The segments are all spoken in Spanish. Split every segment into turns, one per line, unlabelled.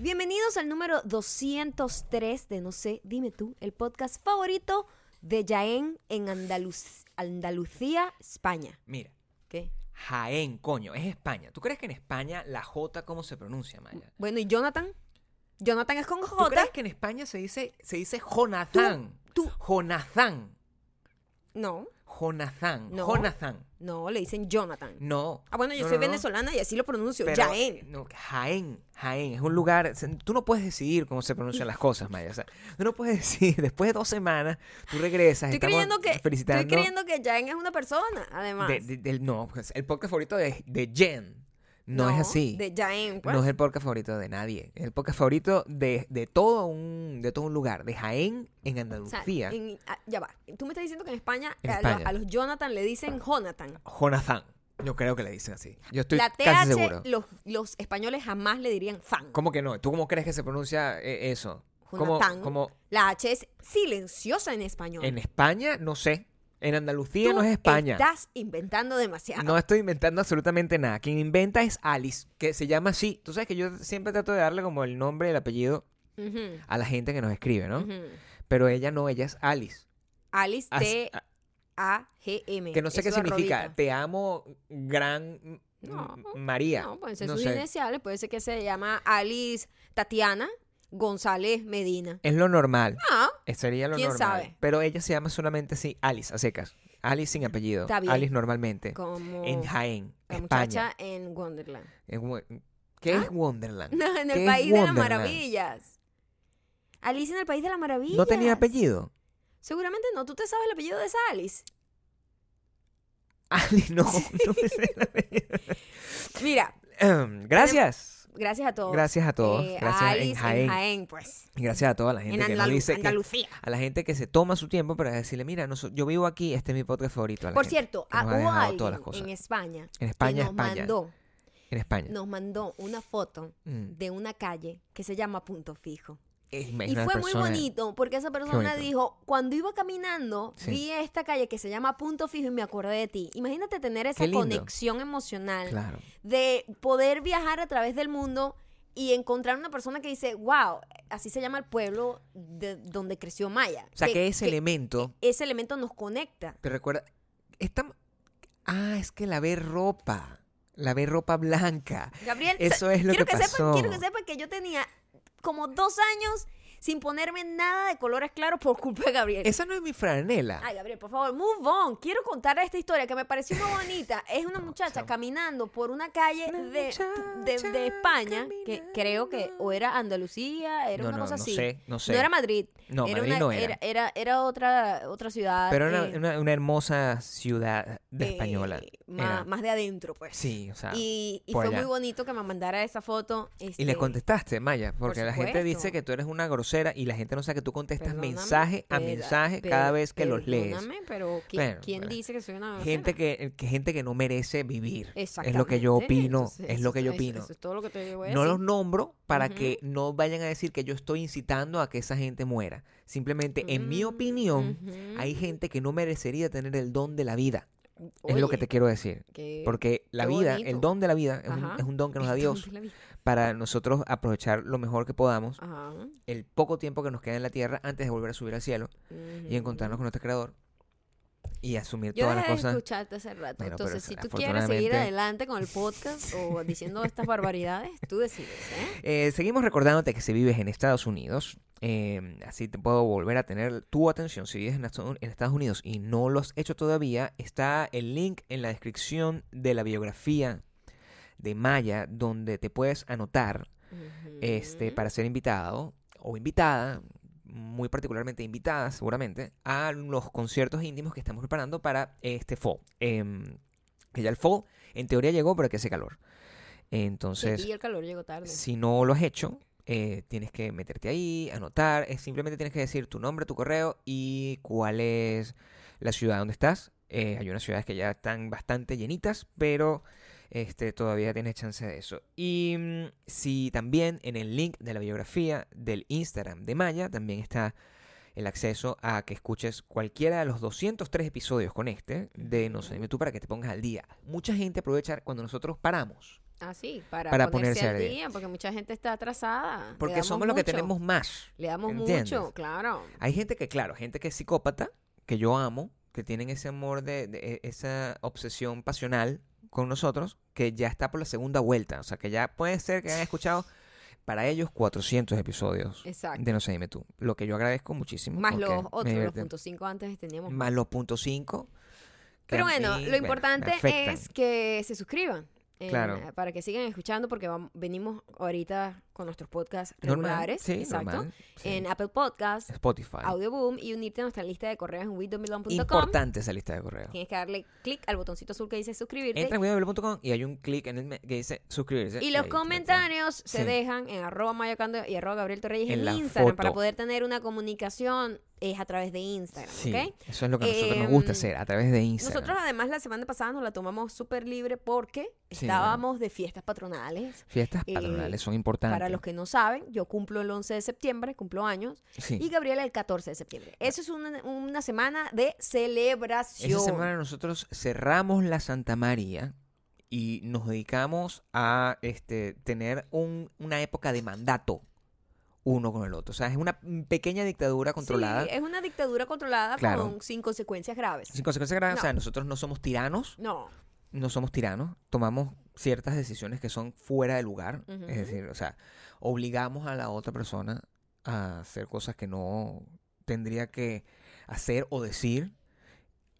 Bienvenidos al número 203 de No sé, dime tú, el podcast favorito de Jaén en Andaluz- Andalucía, España.
Mira,
¿Qué?
Jaén, coño, es España. ¿Tú crees que en España la J cómo se pronuncia, Maya?
Bueno, ¿y Jonathan? Jonathan es con
¿Tú
J.
crees que en España se dice, se dice Jonathan?
tú-
Jonathan.
No,
Jonathan.
No.
Jonathan.
no, le dicen Jonathan.
No.
Ah, bueno, yo
No,
soy
no, no.
venezolana y así lo pronuncio,
Pero,
Jaén.
no, Jaén, Jaén, es un lugar, se- tú no puedes decidir cómo se pronuncian las cosas, Maya. O sea, tú no puedes decidir, después de dos semanas, tú regresas,
Estoy
estamos
creyendo, que,
felicitando.
estoy creyendo que Jaén es una persona, además.
de- de- del- no, pues, el podcast favorito de, de Jen, no, es así.
De Jaén, pues.
No es el podcast favorito de nadie. Es el podcast favorito de, de todo un de todo un lugar, de Jaén en
O sea,
Andalucía.
en- ah, ya va. Tú me estás diciendo que en España,
En
a, lo-
España.
a los Jonathan le dicen Jonathan.
Jonathan. Yo creo que le dicen así. Yo estoy
la TH,
casi seguro.
los, los españoles jamás le dirían fan.
¿Cómo que no? ¿Tú cómo crees que se pronuncia eh, eso? ¿Cómo,
Jonathan.
cómo-
La H es silenciosa en español.
en España? No sé. En Andalucía
Tú
no es España.
Estás inventando demasiado.
No estoy inventando absolutamente nada. Quien inventa es Alice, que se llama así. Tú sabes que yo siempre trato de darle como el nombre y el apellido
Ujú,
a la gente que nos escribe, ¿no?
ujú.
Pero ella no, ella es Alice.
Alice
As-
T A G M.
que no sé qué
Eso
significa.
arrobita.
Te amo, gran m-
No,
m- María.
No, pues, pueden ser
No
sus
sé.
iniciales. Puede ser que se llama Alice Tatiana González Medina.
Es lo normal.
Ah,
Eh, Sería lo
¿Quién
normal.
sabe?
Pero ella se llama solamente así, Alice, a secas. Alice sin apellido.
Está bien.
Alice normalmente.
como
En Jaén,
la
España.
muchacha en Wonderland.
En Wo- ¿Qué es Wonderland?
No, en
¿Qué
el
es
país de las
Wonderland?
maravillas. Alice en el país de las maravillas.
¿No tenía apellido?
Seguramente no. ¿Tú te sabes el apellido de esa Alice?
Alice, no. no me sé el apellido.
Mira,
Em, Gracias.
gracias a todos.
Gracias a todos.
Eh,
Gracias
a
en
Alice
Jaén.
en Jaén, pues.
Y Gracias a toda la gente
en
que nos
Andalu-
dice que-
Andalucía.
a la gente que se toma su tiempo para decirle, mira, no so- yo vivo aquí, este es mi podcast favorito. a la
Por
gente.
cierto,
que nos
ah,
ha
hubo
dejado
alguien
todas las cosas.
en España
En España,
que nos
España.
mandó,
En España.
nos mandó una foto
Mm.
de una calle que se llama Punto Fijo.
Es- es
Y
una
fue
persona-
muy bonito porque esa persona
bonito.
dijo, cuando iba caminando,
Sí.
vi esta calle que se llama Punto Fijo y me acordé de ti. Imagínate tener
Qué
esa
lindo.
conexión emocional
Claro.
de poder viajar a través del mundo y encontrar una persona que dice, wow, así se llama el pueblo de donde creció Maya.
O sea, que, ese elemento,
ese elemento nos conecta.
te recuerda, esta- ah, es que la ve ropa, la ve ropa blanca.
Gabriel,
Eso
se-
es lo
quiero
que
sepan- quiero que
pasó.
sepan que yo tenía como dos años sin ponerme nada de colores claros por culpa de Gabriel.
Esa no es mi franela.
Ay, Gabriel, por favor, move on. Quiero contar esta historia que me pareció muy bonita. Es una muchacha
chao.
caminando por una calle
Una
de, de- de
muchacha
España, que creo que
caminando.
o era Andalucía, era
No,
una
no,
cosa
no
así.
sé, no sé.
era Madrid.
No, Madrid
una-
no era.
Era, era otra, otra ciudad.
Pero era
eh,
una, una hermosa ciudad de
eh,
española.
ma-
Era-
Más, de adentro, pues.
Sí, o sea. Y,
y y
por
fue
allá.
muy bonito que me mandara esa foto.
le
este,
contestaste, Maya, porque la gente dice
supuesto.
que tú eres una grosera y la gente no sabe que tú contestas
perdóname,
mensaje a
pera-
mensaje
per-
cada vez que los lees.
perdóname, pero ¿qui-
Bueno,
¿quién
bueno.
dice que soy una
Gente
grosera?
que, que gente que no merece vivir. Es lo que
Ah, Exactamente.
yo opino.
Entonces,
es
eso-
lo que yo
eso-
opino.
eso es todo lo que te voy a
No
decir.
los nombro para
Ujú.
que no vayan a decir que yo estoy incitando a que esa gente muera. Simplemente, en mi
Mm,
opinión,
ujú.
hay gente que no merecería tener el don de la vida. es lo que
Oye,
te quiero decir.
qué-
Porque la
qué
vida,
bonito.
el don de la vida, es un,
Ajá.
es un don que nos da
el don
Dios
de la vida.
para nosotros aprovechar lo mejor que podamos
Ajá.
el poco tiempo que nos queda en la tierra antes de volver a subir al cielo y
Ujú.
encontrarnos con nuestro creador y asumir
Yo
todas
dejé
las
de
cosas.
escucharte hace rato.
Bueno, pero
Entonces, si tú quieres
afortunadamente-
seguir adelante con el podcast o diciendo estas barbaridades, tú decides. ¿eh?
Eh, seguimos recordándote que si vives en Estados Unidos, eh, así te puedo volver a tener tu atención. Si vives en, Estados- en Estados Unidos y no lo has hecho todavía, está el link en la descripción de la biografía de Maya, donde te puedes anotar
Ujú.
este, para ser invitado o invitada, muy particularmente invitada seguramente, a los conciertos íntimos que estamos preparando para este fall. Em, que ya el fall en teoría llegó, pero que hace calor.
Que a
Entonces,
ti el calor llegó tarde.
si no lo has hecho, eh, tienes que meterte ahí, anotar, eh, simplemente tienes que decir tu nombre, tu correo y cuál es la ciudad donde estás. Eh, hay unas ciudades que ya están bastante llenitas, pero este, todavía tienes chance de eso. Y mm, si también en el link de la biografía del Instagram de Maya también está el acceso a que escuches cualquiera de los 203 episodios con este de No sé, dime tú para que te pongas al día. Mucha gente aprovecha cuando nosotros paramos
Ah, sí, para,
Para
ponerse,
ponerse
al
al
día,
día.
porque mucha gente está atrasada. Le
Porque
damos
somos los que
mucho.
tenemos más.
Le damos
¿entiendes?
mucho, claro.
Hay gente que, claro, gente que es psicópata, que yo amo, que tienen ese amor de, de- e- esa obsesión pasional con nosotros, que ya está por la segunda vuelta. O sea, que ya puede ser que hayan escuchado para ellos 400 episodios
Exacto.
de No sé, dime tú. Lo que yo agradezco muchísimo.
Más
porque
los
Mm, me
otros, los
divierte.
puntos 5 antes teníamos.
Más los puntos 5.
Pero bueno, lo importante es que se suscriban. eh,
Claro.
Para que sigan escuchando, porque vam- venimos ahorita con nuestros podcasts
Normal,
regulares.
sí,
exacto.
normal, sí.
En Apple Podcasts,
Spotify.
Audioboom y unirte a nuestra lista de correos en witdomilon.com.
Importante esa lista de correo.
Tienes que darle clic al botoncito azul que dice suscribirte.
Entra en www.com y hay un clic en el me- que dice suscribirse.
y
ahí
los
te metes.
comentarios se
Sí.
dejan en arroba mayocando y arroba Gabriel Torreyes
En
en,
la
Instagram.
foto.
Para poder tener una comunicación es a través de Instagram,
Sí,
¿ok?
eso es lo que a nosotros nos gusta
Em,
hacer a través de Instagram.
Nosotros además la semana pasada nos la tomamos súper libre porque
Sí,
estábamos de fiestas patronales.
Fiestas
eh,
patronales son importantes.
Para los que no saben, yo cumplo el 11 de septiembre, cumplo años,
Sí.
y Gabriela el 14 de septiembre. Eso es una, una semana de celebración.
Esa semana nosotros cerramos la Santa María y nos dedicamos a este, tener un- una época de mandato uno con el otro. O sea, es una pequeña dictadura controlada.
Sí, es una dictadura controlada
Claro.
con, sin consecuencias graves.
Sin consecuencias graves,
No.
o sea, nosotros no somos tiranos,
No,
no somos tiranos, tomamos ciertas decisiones que son fuera de lugar,
Ujú.
es decir, o sea, obligamos a la otra persona a hacer cosas que no tendría que hacer o decir.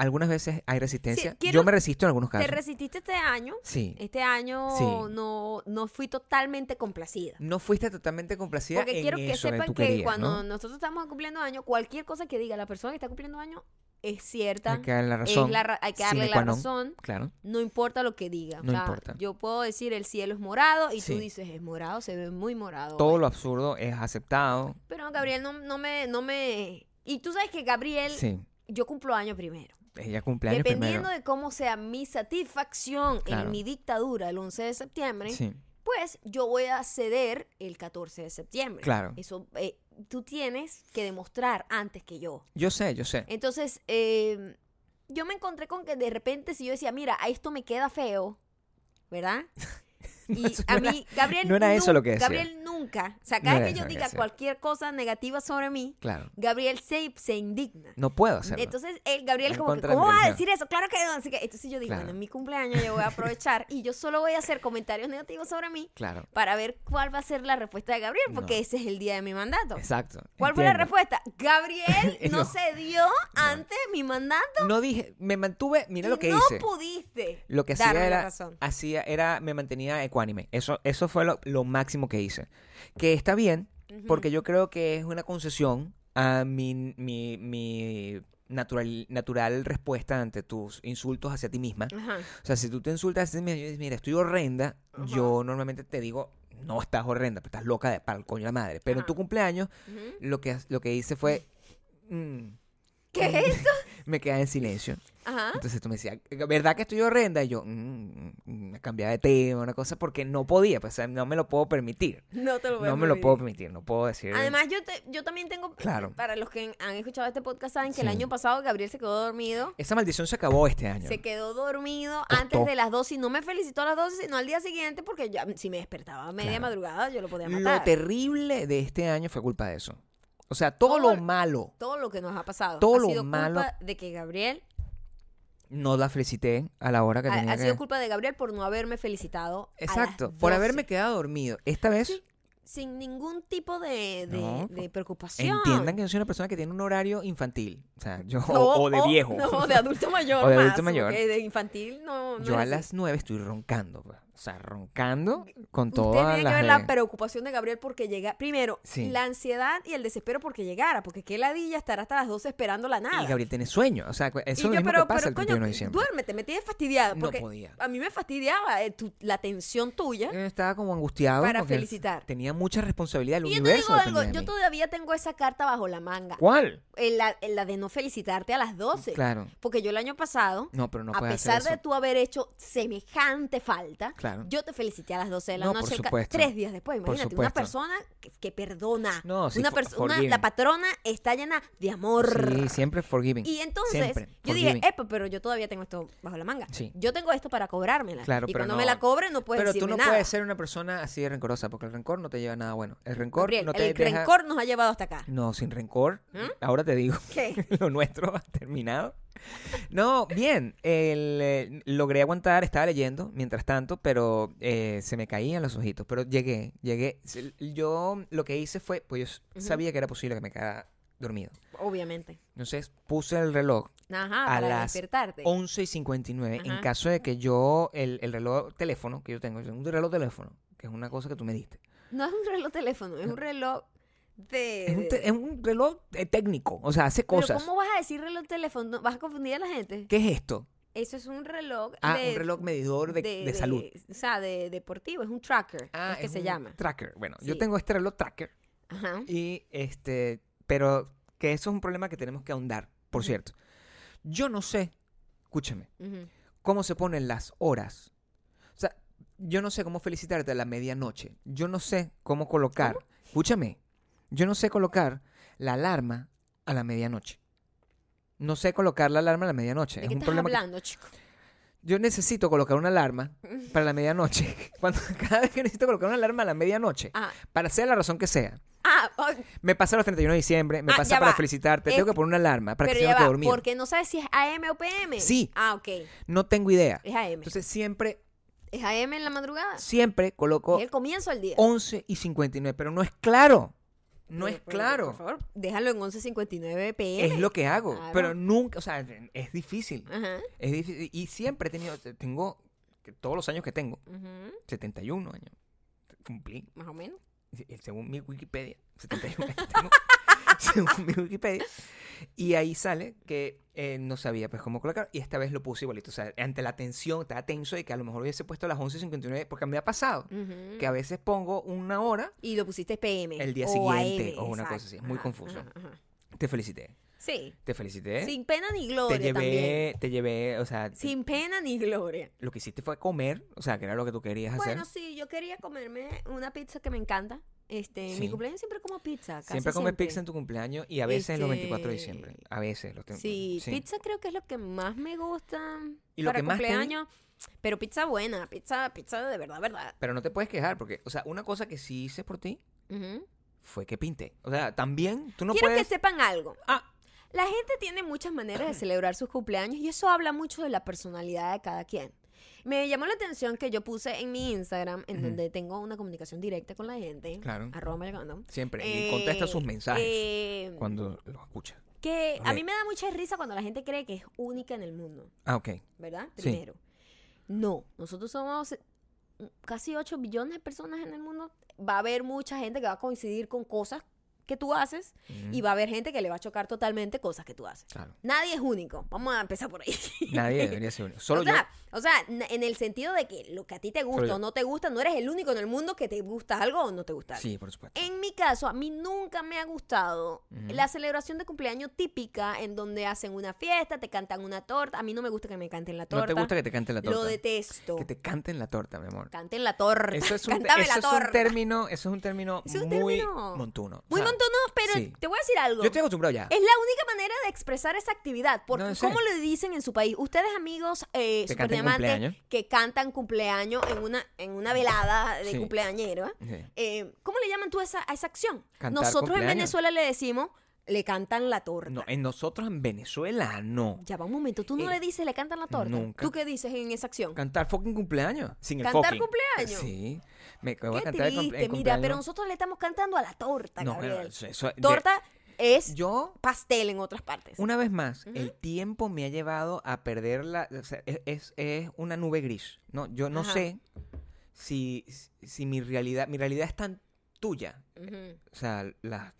Algunas veces hay resistencia,
quiero-
yo me resisto en algunos
te
casos.
resististe este año.
sí.
Este año
Sí.
no, no fui totalmente complacida.
No fuiste totalmente complacida
Porque
en
quiero que
eso que
sepan
tú
que
querías,
cuando
¿no?
nosotros estamos cumpliendo año, cualquier cosa que diga la persona que está cumpliendo año es cierta.
Hay que darle la
es
razón.
la ra- hay que darle
sine
la
qua non.
razón.
Claro.
No importa lo que diga. o
No
sea,
importa.
Yo puedo decir el cielo es morado y tú
Sí.
dices es morado, se ve muy morado.
Todo
hoy".
lo absurdo es aceptado.
Pero Gabriel no, no me, no me. Y tú sabes que Gabriel,
Sí.
yo cumplo año primero.
Ella cumpleaños
Dependiendo
primero.
de cómo sea mi satisfacción
Claro.
en mi dictadura el 11 de septiembre,
Sí.
pues yo voy a ceder el 14 de septiembre.
Claro.
Eso eh, tú tienes que demostrar antes que yo.
Yo sé, yo sé.
Entonces, eh, yo me encontré con que de repente si yo decía, mira, a esto me queda feo, ¿verdad? Y
No, eso
a
no era-
mí, Gabriel...
no era eso
nun-
lo que decía.
Gabriel nunca, o sea,
No
cada
era
que
eso
yo
lo que
diga
decía.
cualquier cosa negativa sobre mí,
Claro.
Gabriel se, se indigna.
No puedo hacerlo.
Entonces, el Gabriel
En
como que,
contra de mi
¿cómo va a
religión".
decir eso? Claro que no. Así que, entonces yo digo,
Claro.
bueno, en mi cumpleaños yo voy a aprovechar y yo solo voy a hacer comentarios negativos sobre mí
claro.
para ver cuál va a ser la respuesta de Gabriel, porque
No.
ese es el día de mi mandato.
Exacto.
¿Cuál fue la
Entiendo.
respuesta? Gabriel no,
No.
se dio ante mi mandato.
No dije, me mantuve, mira
y
lo que
no
hice.
pudiste.
Lo que
darme
hacía
la
era,
razón.
hacía era, me mantenía ecuánime. Eso, eso fue lo, lo máximo que hice. Que está bien, porque yo creo que es una concesión a mi, mi, mi natural, natural respuesta ante tus insultos hacia ti misma.
Ajá.
O sea, si tú te insultas, dices, mira, yo- mira, estoy horrenda, yo normalmente te digo, no estás horrenda, pero estás loca de para el coño de la madre. Pero en tu
Ajá.
cumpleaños,
Ujú.
lo que, lo que hice fue... mm,
¿Qué es eso?
me quedé en silencio.
Ajá.
Entonces tú me decías, ¿verdad que estoy horrenda? Y yo, mm, mm, mm, cambiaba de tema, una cosa, porque no podía, pues o sea, no me lo puedo permitir.
No te lo voy a
No me lo
permitir.
puedo permitir, no puedo decir.
Además, yo, te- yo también tengo.
Claro.
Para los que han escuchado este podcast, saben que el
Sí.
año pasado Gabriel se quedó dormido.
Esa maldición se acabó este año.
Se quedó dormido
Costó.
antes de las 12 y no me felicitó a las 12, sino al día siguiente porque ya, si me despertaba a media
Claro.
madrugada yo lo podía
Lo
matar.
terrible de este año fue culpa de eso. O sea, todo,
Todo-
lo malo
Todo lo que nos ha pasado
Todo
ha
lo
sido
malo-
culpa de que Gabriel
no la felicité a la hora que
ha,
tenía
ha
que-
sido culpa de Gabriel por no haberme felicitado. a las
Exacto, por
12,
haberme quedado dormido. Esta vez,
Sí, sin ningún tipo de, de-
No,
de preocupación.
entiendan que yo soy una persona que tiene un horario infantil. O sea, yo,
No,
o, o de viejo.
No, de adulto mayor.
O de
más,
adulto mayor.
porque de infantil no. no
Yo
es
a
así.
las 9 estoy roncando, pues. o sea, roncando con
Usted
todas
tiene que
las
ver la
de-
preocupación de Gabriel porque llega. Primero,
Sí.
la ansiedad y el desespero porque llegara, porque qué ladilla estará hasta las 12 esperando la nada.
Y Gabriel tiene sueño, o sea, cu-
Ah. Y
eso es lo
yo,
mismo
pero,
que pasa
pero
el
coño,
31 de diciembre.
duérmete, me tienes fastidiada.
No
Porque
podía.
A mí me fastidiaba eh, tu- la tensión tuya.
Yo estaba como angustiado
Para
porque
felicitar.
Tenía mucha responsabilidad el
Y yo te digo
universo.
algo,
dependía de
yo
mí.
todavía tengo esa carta bajo la manga.
¿Cuál?
En la, en la de no felicitarte a las 12.
Claro.
Porque yo el año pasado,
No, pero no
a
puedes
pesar
hacer
de
eso.
tú haber hecho semejante falta,
Claro.
Yo te felicité a las 12 de la
No, por
noche, ca-
supuesto.
tres días después.
Por
Imagínate, una
supuesto.
persona que, que perdona.
No, sí,
una
for-
persona,
forgiving.
la patrona está llena de amor.
Sí, siempre forgiving.
Y entonces
Siempre
yo
forgiving.
dije, "Eh, epa, pero yo todavía tengo esto bajo la manga.
Sí.
Yo tengo esto para cobrármela.
Claro,
y
pero
cuando
no-
me la cobre no puedes
Pero tú
decirme
no
pues, nada.
puedes ser una persona así de rencorosa, porque el rencor no te lleva a nada bueno. El rencor
Gabriel,
no te
el
deja-
rencor nos ha llevado hasta acá.
No, sin rencor.
¿Mm?
Ahora te digo,
¿Qué?
lo nuestro ha terminado. No, bien, el, eh, logré aguantar, estaba leyendo mientras tanto, pero eh, se me caían los ojitos. Pero llegué, llegué. Se- Yo lo que hice fue, pues yo s-
Ujú.
sabía que era posible que me quedara dormido.
Obviamente.
Entonces puse el reloj
Ajá,
A
para
las
despertarte.
11 y 59 en
Ajá.
caso de que yo, el, el reloj teléfono que yo tengo, yo tengo un reloj teléfono, que es una cosa que tú me diste.
No es un reloj teléfono, es un reloj de...
Es un,
de-
te- es un reloj eh, técnico, o sea, hace
Pero
cosas.
¿cómo vas a decir reloj teléfono? ¿Vas a confundir a la gente?
¿Qué es esto?
Eso es un reloj
Ah,
de...
un reloj medidor de, de salud.
o sea, de deportivo, es un tracker,
Ah,
es que
es
se
un
llama.
Tracker. Bueno, yo
Sí.
tengo este reloj tracker
Ajá.
y este, pero que eso es un problema que tenemos que ahondar, por cierto. Yo no sé, escúchame,
ujú.
cómo se ponen las horas. O sea, yo no sé cómo felicitarte a la medianoche. Yo no sé cómo colocar, escúchame, yo no sé colocar la alarma a la medianoche. No sé colocar la alarma a la medianoche.
¿De
Es
qué
un
estás
problema que-
hablando, chico?
Yo necesito colocar una alarma para la medianoche. Cuando, cada vez que necesito colocar una alarma a la medianoche,
Ah,
para sea la razón que sea.
ah, oh,
Me pasa los 31 de diciembre, me
Ah,
pasa
ya
para
va.
felicitarte,
Eh,
tengo que poner una alarma para
pero
que se
ya
me quede
va,
dormido.
porque no sabes si es AM o PM.
Sí.
Ah, ok,
No tengo idea.
es AM.
Entonces siempre,
¿Es AM en la madrugada?
siempre coloco
Es el comienzo del día.
11 y 59, pero no es claro. No
Pero,
es
pero, Por
claro.
favor, déjalo en 11.59 PM.
Es lo que hago,
Claro. Ah.
pero nunca, o sea, es difícil.
Ajá.
Es difícil. Y siempre he tenido, tengo, que todos los años que tengo,
ujú,
71 años, cumplí,
Más o menos.
se- según mi Wikipedia, 71 años tengo, según mi Wikipedia. Y ahí sale que eh, no sabía pues cómo colocar y esta vez lo puse igualito. O sea, ante la tensión, estaba tenso de que a lo mejor hubiese puesto las 11.59 porque me ha pasado
ujú.
que a veces pongo una hora
Y lo pusiste PM.
El día
o
siguiente,
AM,
o una
exacto.
cosa así, es muy
Ajá,
confuso.
ajá, ajá.
Te felicité.
Sí.
Te felicité.
Sin pena ni gloria
te llevé,
también.
te llevé, o sea,
Sin pena ni gloria.
lo que hiciste fue comer, o sea, que era lo que tú querías
Bueno,
hacer.
sí, yo quería comerme una pizza que me encanta. Este, en
Sí.
mi cumpleaños siempre como pizza. casi
Siempre comes
siempre.
pizza en tu cumpleaños y a veces los 24 de
Este,
diciembre. A veces los tengo.
Sí, pizza creo que es lo que más me gusta
Y lo
para
que más te-
cumpleaños. Pero pizza buena, pizza, pizza de verdad, verdad.
Pero no te puedes quejar porque, o sea, una cosa que sí hice por ti
Ujú.
fue que pinté. O sea, también tú no
Quiero
puedes.
que sepan algo.
Ah,
La gente tiene muchas maneras de celebrar sus cumpleaños y eso habla mucho de la personalidad de cada quien. Me llamó la atención que yo puse en mi Instagram, en
Ujú.
donde tengo una comunicación directa con la gente.
Claro.
Arroba María Condón.
siempre.
Eh,
y contesta sus mensajes
eh,
cuando los escuchas.
Que a
Ok.
mí me da mucha risa cuando la gente cree que es única en el mundo,
Ah, ok.
¿verdad?
Sí.
Primero. No, nosotros somos eh, casi 8 billones de personas en el mundo. Va a haber mucha gente que va a coincidir con cosas que tú haces
Ujú.
y va a haber gente que le va a chocar totalmente cosas que tú haces.
Mm, Claro.
Nadie es único. Vamos a empezar por ahí.
Nadie debería ser uno. Solo
o sea, o sea, n- en el sentido de que lo que a ti te
Solo
gusta
yo.
o no te gusta, no eres el único en el mundo que te gusta algo o no te gusta
yo.
algo.
Sí, por supuesto.
En mi caso, a mí nunca me ha gustado
Ujú.
la celebración de cumpleaños típica en donde hacen una fiesta, te cantan una torta. A mí no me gusta que me canten la torta.
No te gusta que te canten la torta.
Lo detesto.
Que te canten la torta, mi amor.
Canten la torta.
Eso es un,
Cántame
eso
la
es un
torta.
término, eso es un término
Es un
muy
término
montuno.
Muy
o sea,
montono, pero
sí.
te voy a decir algo.
Yo estoy acostumbrado ya.
Es la única manera de expresar esa actividad. Porque,
No sé.
¿cómo le dicen en su país? Ustedes, amigos, eh,
Que canten
superdiamantes,
cumpleaños.
que cantan cumpleaños en una, en una velada de
Sí.
cumpleañero, eh,
Sí.
¿Cómo le llaman tú a esa, a esa acción?
Cantar
Nosotros
cumpleaños.
en Venezuela le decimos, le cantan la torta.
No, en nosotros en Venezuela no.
Ya va un momento, tú no
Eh,
le dices, le cantan la torta.
nunca.
¿Tú qué dices en esa acción?
Cantar fucking cumpleaños. Sin el
¿Cantar
fucking.
cumpleaños?
Sí. Me me voy
Qué
a cantar el cum- el
triste, mira,
cumpleaños.
pero nosotros le estamos cantando a la torta,
No,
Gabriel.
no, eso- eso- de-
torta es
Yo,
pastel en otras partes.
una vez más, el tiempo me ha llevado a perder la. o sea, es, es- es una nube gris. No, yo no
Ajá.
sé si, si mi realidad. Mi realidad es tan tuya.
Ujú.
O sea, la,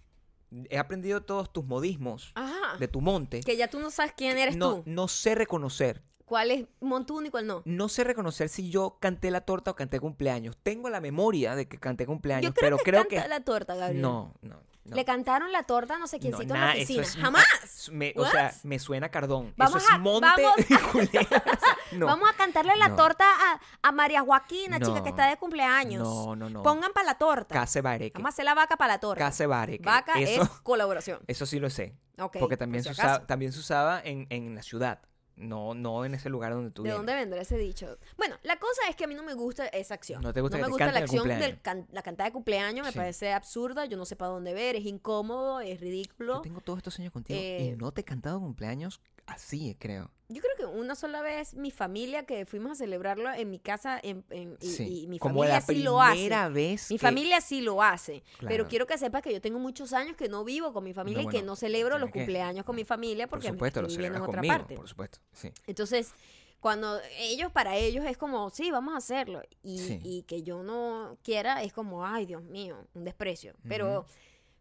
he aprendido todos tus modismos
Ajá.
de tu monte.
Que ya tú no sabes quién Ah. eres
no,
tú.
no sé reconocer.
¿Cuál es Montuno y cuál no?
No sé reconocer si yo canté la torta o canté cumpleaños. Tengo la memoria de que canté cumpleaños,
Yo creo
pero
que
creo
canta
que.
la torta, Gabriel.
No, no, no.
Le cantaron la torta a no sé quiéncito
No,
en la
nada, eso
oficina.
es-
¡Jamás!
ah, me- o
What?
sea, me suena a Cardón.
Vamos
eso
a-
es monte
vamos
y culebra. O sea, No.
Vamos a cantarle la
No.
torta a, a María Joaquina, chica
No.
que está de cumpleaños.
No, no, no.
Pongan para la torta.
Case bareque.
Vamos a hacer la vaca para la torta.
Case bareque.
Vaca
eso,
es colaboración.
eso sí lo sé.
Ok, por
porque también,
si
se
acaso.
usaba, también se usaba en, en la ciudad. No, no en ese lugar donde tú
¿De
vienes.
dónde vendrá ese dicho? Bueno, la cosa es que a mí no me gusta esa acción.
No te gusta
no
que
me
te
gusta la
canten el
acción
cumpleaños.
del can- la cantada de cumpleaños, me
Sí.
parece absurda, yo no sé para dónde ver, es incómodo, es ridículo.
Yo tengo todos estos años contigo
Eh,
y no te he cantado cumpleaños así, creo.
Yo creo que una sola vez mi familia que fuimos a celebrarlo en mi casa en- en- y,
sí.
y mi
Como
familia
la
sí lo hace.
primera vez.
Mi
que-
familia sí lo hace, pero
Claro.
quiero que sepas que yo tengo muchos años que no vivo con mi familia y que
bueno,
no celebro los
tiene que-
cumpleaños con mi familia
Por
porque
supuesto, lo
estoy viviendo en
celebras
otra
conmigo.
parte.
Por supuesto. Sí.
Entonces, cuando ellos, para ellos es como, sí, vamos a hacerlo. Y,
Sí.
y que yo no quiera es como, ay, Dios mío, un desprecio. Pero,
Ujú.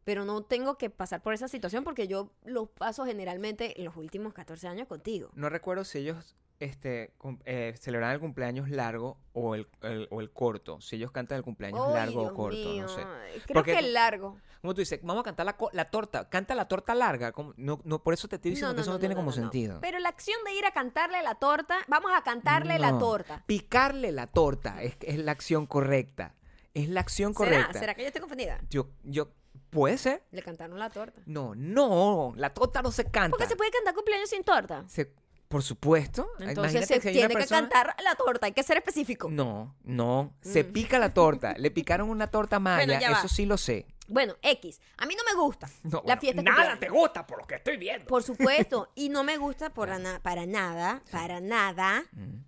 pero no tengo que pasar por esa situación porque yo los paso generalmente en los últimos 14 años contigo.
No recuerdo si ellos este, cum- eh, celebraban el cumpleaños largo o el, el- o el corto. Si ellos cantan el cumpleaños
Ay,
largo
Dios
o corto,
mío.
no sé.
Creo
Porque
que
tú-
el largo.
Como tú dices, vamos a cantar la, co- la torta. Canta la torta larga. como- No, no, por eso te estoy diciendo que eso no, tiene como
no.
sentido.
Pero la acción de ir a cantarle la torta, vamos a cantarle la
No.
torta.
Picarle la torta es, es la acción correcta. Es la acción
¿Será?
correcta.
¿Será que yo estoy confundida?
Yo, yo, ¿Puede ser?
Le cantaron la torta.
No, no. La torta no se canta.
¿Por qué se puede cantar cumpleaños sin torta?
Se- por supuesto.
Entonces
Ah, Imagínate
se
si hay una
tiene que
persona- Mm.
cantar la torta, hay que ser específico.
No, no. Se pica la torta. Le picaron una torta maya.
ya va.
eso sí lo sé.
Bueno, X. A mí no me gusta
No,
la
bueno,
fiesta de
Nada
cumpleaños.
te gusta por lo que estoy viendo.
Por supuesto. Y no me gusta por la na- para nada, para nada,
Mm,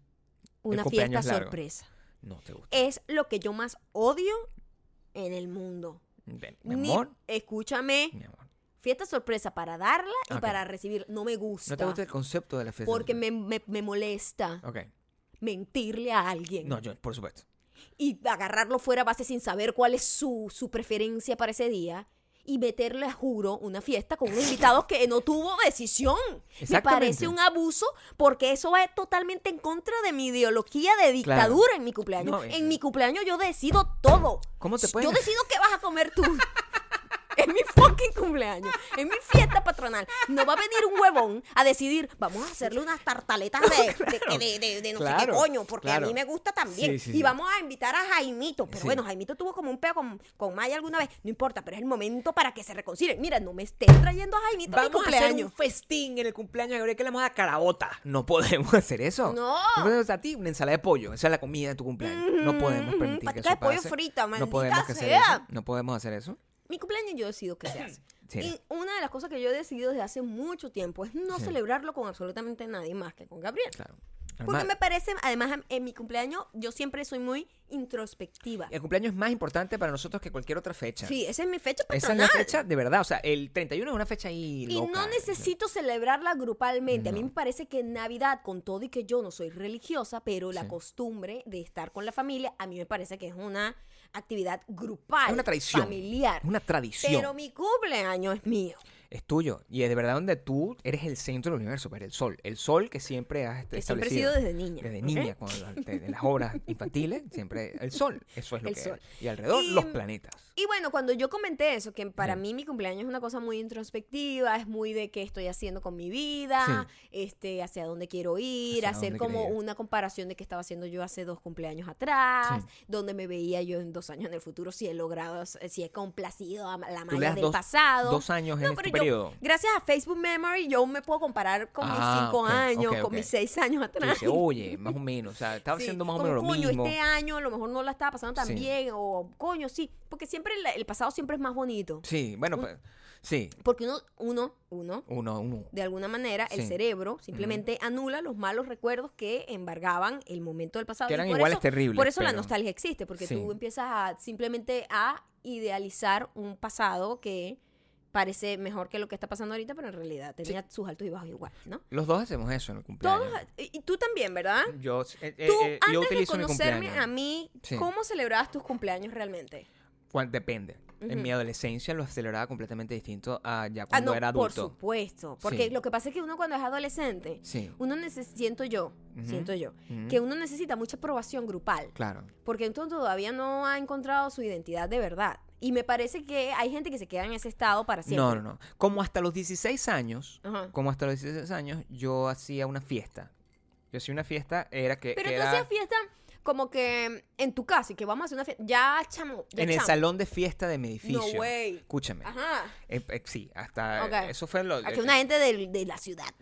una fiesta
cumpleaños largo.
sorpresa.
No te gusta.
Es lo que yo más odio en el mundo.
Ven, mi
Ni-
amor.
escúchame,
Mi amor.
fiesta sorpresa para darla y
Ah, Ok.
para recibir. No me gusta.
No te gusta el concepto de la fiesta.
porque me, me- me molesta
Ok.
mentirle a alguien
No, yo, por supuesto.
y agarrarlo fuera a base sin saber cuál es su, su preferencia para ese día y meterle a juro una fiesta con unos invitados que no tuvo decisión. Me
Exactamente.
parece un abuso porque eso va totalmente en contra de mi ideología de dictadura en mi cumpleaños.
No, es-
en mi cumpleaños yo decido todo.
¿Cómo te pueden-
Yo decido qué vas a comer tú. Es mi fucking cumpleaños. Es mi fiesta patronal. No va a venir un huevón a decidir, vamos a hacerle unas tartaletas de, de- de- de- de no sé qué
claro,
coño, porque a mí
claro.
me gusta también.
Sí, sí,
y
sí.
vamos a invitar a Jaimito. Pero
Sí.
bueno, Jaimito tuvo como un peo con, con Maya alguna vez. No importa, pero es el momento para que se reconcilien. Mira, no me estés trayendo a Jaimito a mi
Vamos a hacer
cumpleaños.
un festín en el cumpleaños de Gabriel que le vamos a dar caraota. No podemos hacer eso.
No.
podemos a ti una ensalada de pollo. Esa es la comida de tu cumpleaños. No
Ujú,
podemos
ujú,
permitir que
patica
eso
de pollo
pase.
frita, maldita
no podemos que hacer
sea.
eso. No podemos hacer eso.
Mi cumpleaños yo decido qué se hace.
Sí.
Y una de las cosas que yo he decidido desde hace mucho tiempo es no
Sí.
celebrarlo con absolutamente nadie más que con Gabriel.
Claro.
Porque
Normal.
me parece, además, en- en mi cumpleaños yo siempre soy muy introspectiva.
El cumpleaños es más importante para nosotros que cualquier otra fecha.
Sí, esa es mi fecha
Esa es
patronal.
la fecha de verdad. O sea, el 31 es una fecha ahí
Y
loca.
no necesito celebrarla grupalmente. A mí me parece que Navidad, con todo y que yo no soy religiosa, pero la
Sí.
costumbre de estar con la familia, a mí me parece que es una actividad grupal,
Es una tradición.
familiar.
Es una tradición.
Pero mi cumpleaños es mío.
Es tuyo. Y es de verdad donde tú eres el centro del universo, pero el sol. El sol que siempre has
Que siempre he
establecido.
sido desde niña.
Desde
¿ok?
niña, cuando la- te- en las obras infantiles, siempre el sol. Eso es lo
El
que
sol.
es. Y alrededor,
Y-
los planetas.
Y bueno, cuando yo comenté eso, que para
Ujú.
mí mi cumpleaños es una cosa muy introspectiva, es muy de qué estoy haciendo con mi vida, este, hacia dónde quiero ir,
Hacia
hacer
dónde
como
quieres ir.
una comparación de qué estaba haciendo yo hace dos cumpleaños atrás,
Sí.
dónde me veía yo en dos años en el futuro, si he logrado, si he complacido a la
Tú le
Maya
das
del
dos,
pasado.
dos años en
No,
este
pero yo,
periodo.
gracias a Facebook Memory, yo me puedo comparar con mis
Ah,
cinco
ok,
años,
ok,
con
ok.
mis seis años
Tú
atrás.
dices, oye, más o menos. O sea, estaba
Sí,
haciendo más o
como,
menos lo
coño,
mismo.
este año a lo mejor no la estaba pasando tan
Sí.
bien, o coño, sí, porque siempre el, el pasado siempre es más bonito.
Sí, bueno, pues, sí.
Porque uno, uno, uno,
Uno, uno.
de alguna manera, el
Sí.
cerebro simplemente anula los malos recuerdos que embargaban el momento del pasado.
Que
Y
eran
por
iguales
eso-
terribles,
Por eso la
pero-
nostalgia existe, porque
Sí.
tú empiezas a, simplemente a idealizar un pasado que parece mejor que lo que está pasando ahorita, pero en realidad tenía sus altos y bajos igual, ¿no?
Los dos hacemos eso en el cumpleaños.
Todos, y, y tú también, ¿verdad?
Yo, eh,
ah,
eh,
tú,
eh, yo
antes de
utilizo mi
conocerme
cumpleaños.
a mí,
Sí.
¿cómo celebrabas tus cumpleaños realmente?
Cuan- depende.
Ujú.
En mi adolescencia lo aceleraba completamente distinto a ya
Ah,
cuando
no,
era
por
adulto.
supuesto. Porque
Sí.
lo que pasa es que uno cuando es adolescente,
Sí.
uno necesita, siento yo,
Ujú.
siento yo,
Ujú.
que uno necesita mucha aprobación grupal,
Claro.
porque entonces todavía no ha encontrado su identidad de verdad. Y me parece que hay gente que se queda en ese estado para siempre.
No, no, no. Como hasta los 16 años,
Ajá.
como hasta los 16 años, yo hacía una fiesta. Yo hacía una fiesta, era que.
Pero
que
tú
era
hacías fiesta como que en tu casa y que vamos a hacer una fiesta. Ya, chamo. ya,
en el
chamo.
salón de fiesta de mi edificio.
way.
Escúchame.
Ajá.
Eh, eh, sí, hasta.
Ok.
Eso fue lo. eh,
Aquí una gente del- de la ciudad.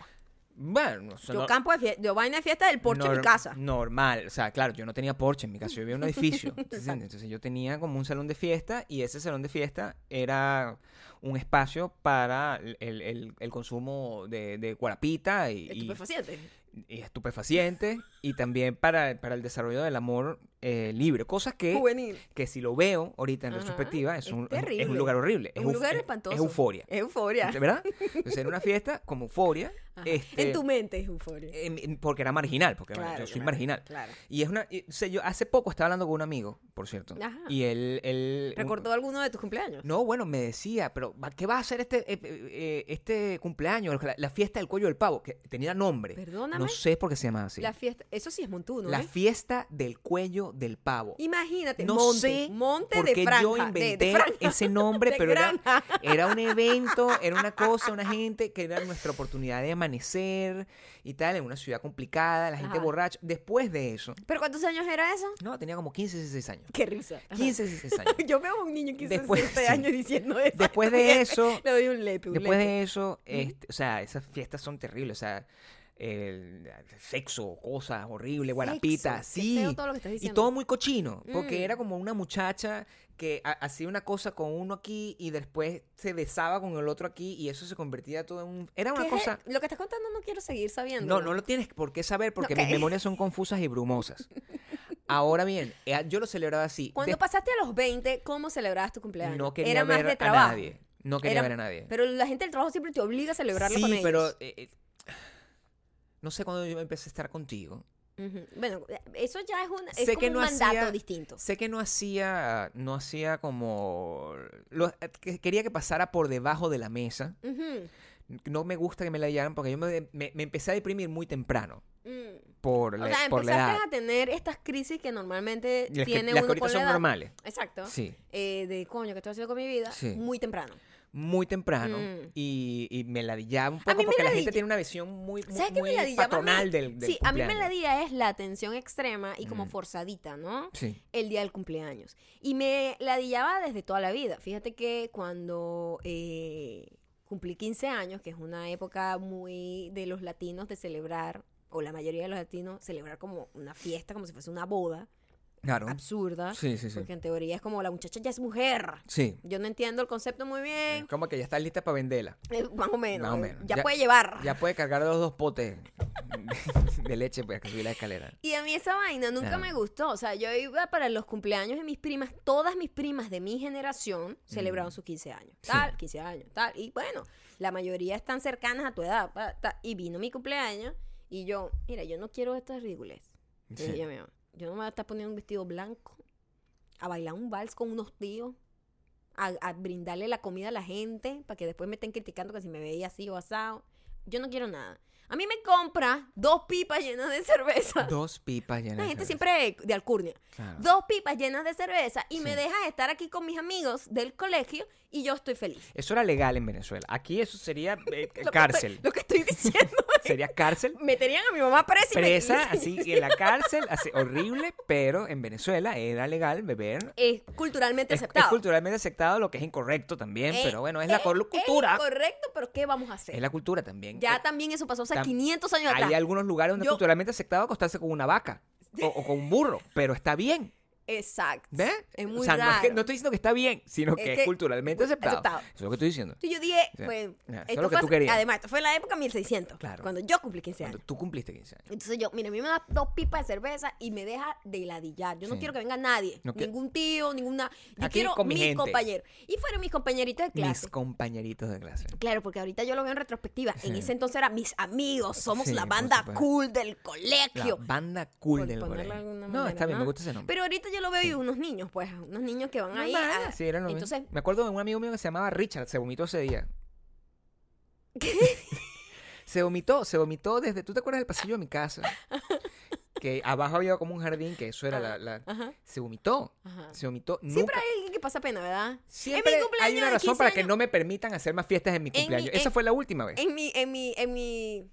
Bueno, o sea,
Yo
no-
campo de fiesta, yo vaina de fiesta del porche de mi
Nor-
casa.
Normal, o sea, claro, yo no tenía porche en mi casa, yo vivía en un edificio. ¿entiendes? Entonces yo tenía como un salón de fiesta y ese salón de fiesta era un espacio para el, el- el- el consumo de, de guarapita y, y-
Estupefaciente.
y estupefacientes y también para, para el desarrollo del amor eh, libre, cosas que,
Juvenil.
que si lo veo ahorita en
Ajá,
retrospectiva es
es
un, es un- es un
terrible.
lugar horrible.
Es un
euf-
lugar
es-
espantoso.
Es euforia.
Es euforia.
¿Verdad? Entonces era una fiesta como euforia.
Ajá.
este,
En tu mente es euforia.
en- en- porque era marginal, porque bueno,
Claro,
yo soy
claro,
marginal.
claro.
Y es una. y- o sea, yo hace poco estaba hablando con un amigo, por cierto.
Ajá.
Y él. él Eh, un-
¿Recordó alguno de tus cumpleaños?
no, bueno, me decía, pero ¿va- ¿qué va a hacer este, eh, eh, este cumpleaños? La, la fiesta del cuello del pavo, que tenía nombre.
Perdóname.
No sé por qué se llamaba así.
La fiesta, eso sí es montuno,
La
¿eh?
fiesta del cuello del pavo.
Imagínate,
no
monte,
sé
monte
por
de
qué
franja,
yo
de- de
inventé
franja.
ese nombre,
De
pero era,
granja.
era un evento, era una cosa, una gente que era nuestra oportunidad de amanecer y tal, en una ciudad complicada, la gente
Ajá.
borracha. Después de eso,
¿Pero cuántos años era eso?
no, tenía como 15, 16 años.
Qué risa. Ajá.
15, 16 años.
Yo veo a un niño de 15
Después-
16
sí.
años diciendo eso.
Después de eso,
Le doy un lepe, un
después
lepe.
de eso, este, o sea, esas fiestas son terribles, o sea, el- sexo, cosas horribles, guarapitas,
Sexo, qué
sí.
feo todo lo que estás
Y
diciendo.
todo muy cochino, porque
Mm.
era como una muchacha que ha- hacía una cosa con uno aquí y después se besaba con el otro aquí y eso se convertía todo en un... Era una
¿Qué
cosa...
es- e-? Lo que estás contando no quiero seguir sabiendo.
No, no lo tienes por qué saber porque
Ok.
mis memorias son confusas y brumosas. Ahora bien, eh, yo lo celebraba así.
Cuando
Des-
pasaste a los 20, ¿cómo celebrabas tu cumpleaños?
no quería
Era
ver
más de
a
trabajo.
nadie. No quería
Era-
ver a nadie.
Pero la gente del trabajo siempre te obliga a celebrarlo
sí,
con ellos.
pero... eh, eh, no sé cuándo yo empecé a estar contigo.
Ujú. Bueno, eso ya es un, es
Sé
como
que
un
no
mandato
hacía-
distinto.
Sé que no hacía, no hacía como... lo- eh, que- quería que pasara por debajo de la mesa.
Ujú.
No me gusta que me la llevaran porque yo me, me- me empecé a deprimir muy temprano
Mm.
por
O
la,
sea,
por la edad.
empezaste a tener estas crisis que normalmente
Las que-
tiene
las que
uno
ahorita
con la
son
edad.
normales.
Exacto.
Sí.
Eh, de coño, que estoy haciendo con mi vida?
Sí.
Muy temprano.
Muy temprano
Mm.
y, y me ladillaba un poco
mí me
porque la
ladilla-
gente tiene una visión muy, muy,
¿Sabes qué me
muy
ladillaba? a mí?
patronal del, del
Sí, a mí me
cumpleaños.
la día es la atención extrema y como
Mm.
forzadita, ¿no?
Sí.
el día del cumpleaños. Y me ladillaba desde toda la vida. Fíjate que cuando eh, cumplí 15 años, que es una época muy de los latinos de celebrar, o la mayoría de los latinos, celebrar como una fiesta, como si fuese una boda
Claro.
absurda.
Sí, sí, sí.
Porque en teoría es como la muchacha ya es mujer.
Sí.
Yo no entiendo el concepto muy bien.
Como que ya está lista para venderla.
eh, más o menos.
Más o
eh,
menos.
Ya,
Ya-
puede llevar.
Ya puede cargar los dos potes de leche para que subir la escalera.
Y a mí esa vaina nunca
Ajá.
me gustó. O sea, yo iba para los cumpleaños de mis primas. Todas mis primas de mi generación celebraron sus 15 años.
Mm. Sí.
Tal, 15 años, tal. Y bueno, la mayoría están cercanas a tu edad. pa, ta. Y vino mi cumpleaños y yo, mira, yo no quiero estas ridículas. Yo
Sí.
dije, "Mi mamá, yo no me voy a estar poniendo un vestido blanco a bailar un vals con unos tíos. A, a brindarle la comida a la gente para que después me estén criticando que si me veía así o asado. Yo no quiero nada. A mí me compra dos pipas llenas de cerveza.
Dos pipas llenas
La
de
gente
cerveza.
siempre de alcurnia.
Claro.
Dos pipas llenas de cerveza y me
Sí.
dejas estar aquí con mis amigos del colegio y yo estoy feliz.
Eso era legal en Venezuela. Aquí eso sería eh,
Lo que
cárcel.
estoy- lo que estoy diciendo es,
Sería cárcel.
meterían a mi mamá presa y me-
Presa,
y-
así en la cárcel, así horrible, pero en Venezuela era legal beber.
Es culturalmente
Es, es
aceptado.
culturalmente aceptado, lo que es incorrecto también,
Eh,
pero bueno, es la
eh,
cor-
es
cultura.
correcto, pero ¿qué vamos a hacer?
Es la cultura también.
ya
Eh,
también eso pasó hace
tam-
500 años atrás.
Hay algunos lugares donde
Yo-
es culturalmente aceptado acostarse con una vaca o, o con un burro, pero está bien.
Exacto.
¿Ves?
Es muy
o sea, no, es que-
raro.
no estoy diciendo que está bien, sino que, es
que-
culturalmente aceptado.
aceptado.
Eso es lo que estoy diciendo.
Entonces yo dije,
Sí.
pues,
Ya, eso es
esto
lo que
fue
tú
hace-
querías.
además, esto fue en la época 1600,
Claro.
cuando yo cumplí 15 años.
Cuando tú cumpliste 15 años.
Entonces yo, mira, a mí me da dos pipas de cerveza y me deja de ladillar. Yo no
Sí.
quiero que venga nadie,
No que-
ningún tío, ninguna. Yo
Aquí
quiero
con mi
mis
gente.
compañeros. Y fueron mis compañeritos de clase.
Mis compañeritos de clase.
Claro, porque ahorita yo lo veo en retrospectiva. En
Sí.
ese entonces eran mis amigos, somos
Sí,
la
por
banda
supuesto.
cool del
La
colegio.
banda cool
Por
del
ponerlo de
colegio.
alguna
No,
manera,
está bien, me
¿no?
gusta ese nombre.
Pero ahorita yo lo veo y unos niños, pues, unos niños que van ahí.
Normal,
a-
ah, sí, era normal.
Entonces,
Me acuerdo de un amigo mío que se llamaba Richard, se vomitó ese día. se vomitó, se vomitó desde. ¿Tú te acuerdas del pasillo de mi casa? que abajo había como un jardín, que eso era la. la-
Ah, ajá,
Se vomitó.
ajá.
Se vomitó.
Siempre
nunca.
hay alguien que pasa pena, ¿verdad?
Siempre
en mi cumpleaños
hay una
de
razón
15
para que
años-
no me permitan hacer más fiestas en mi
mi-
cumpleaños.
en-
Esa fue la última vez.
En mi, en mi, en mi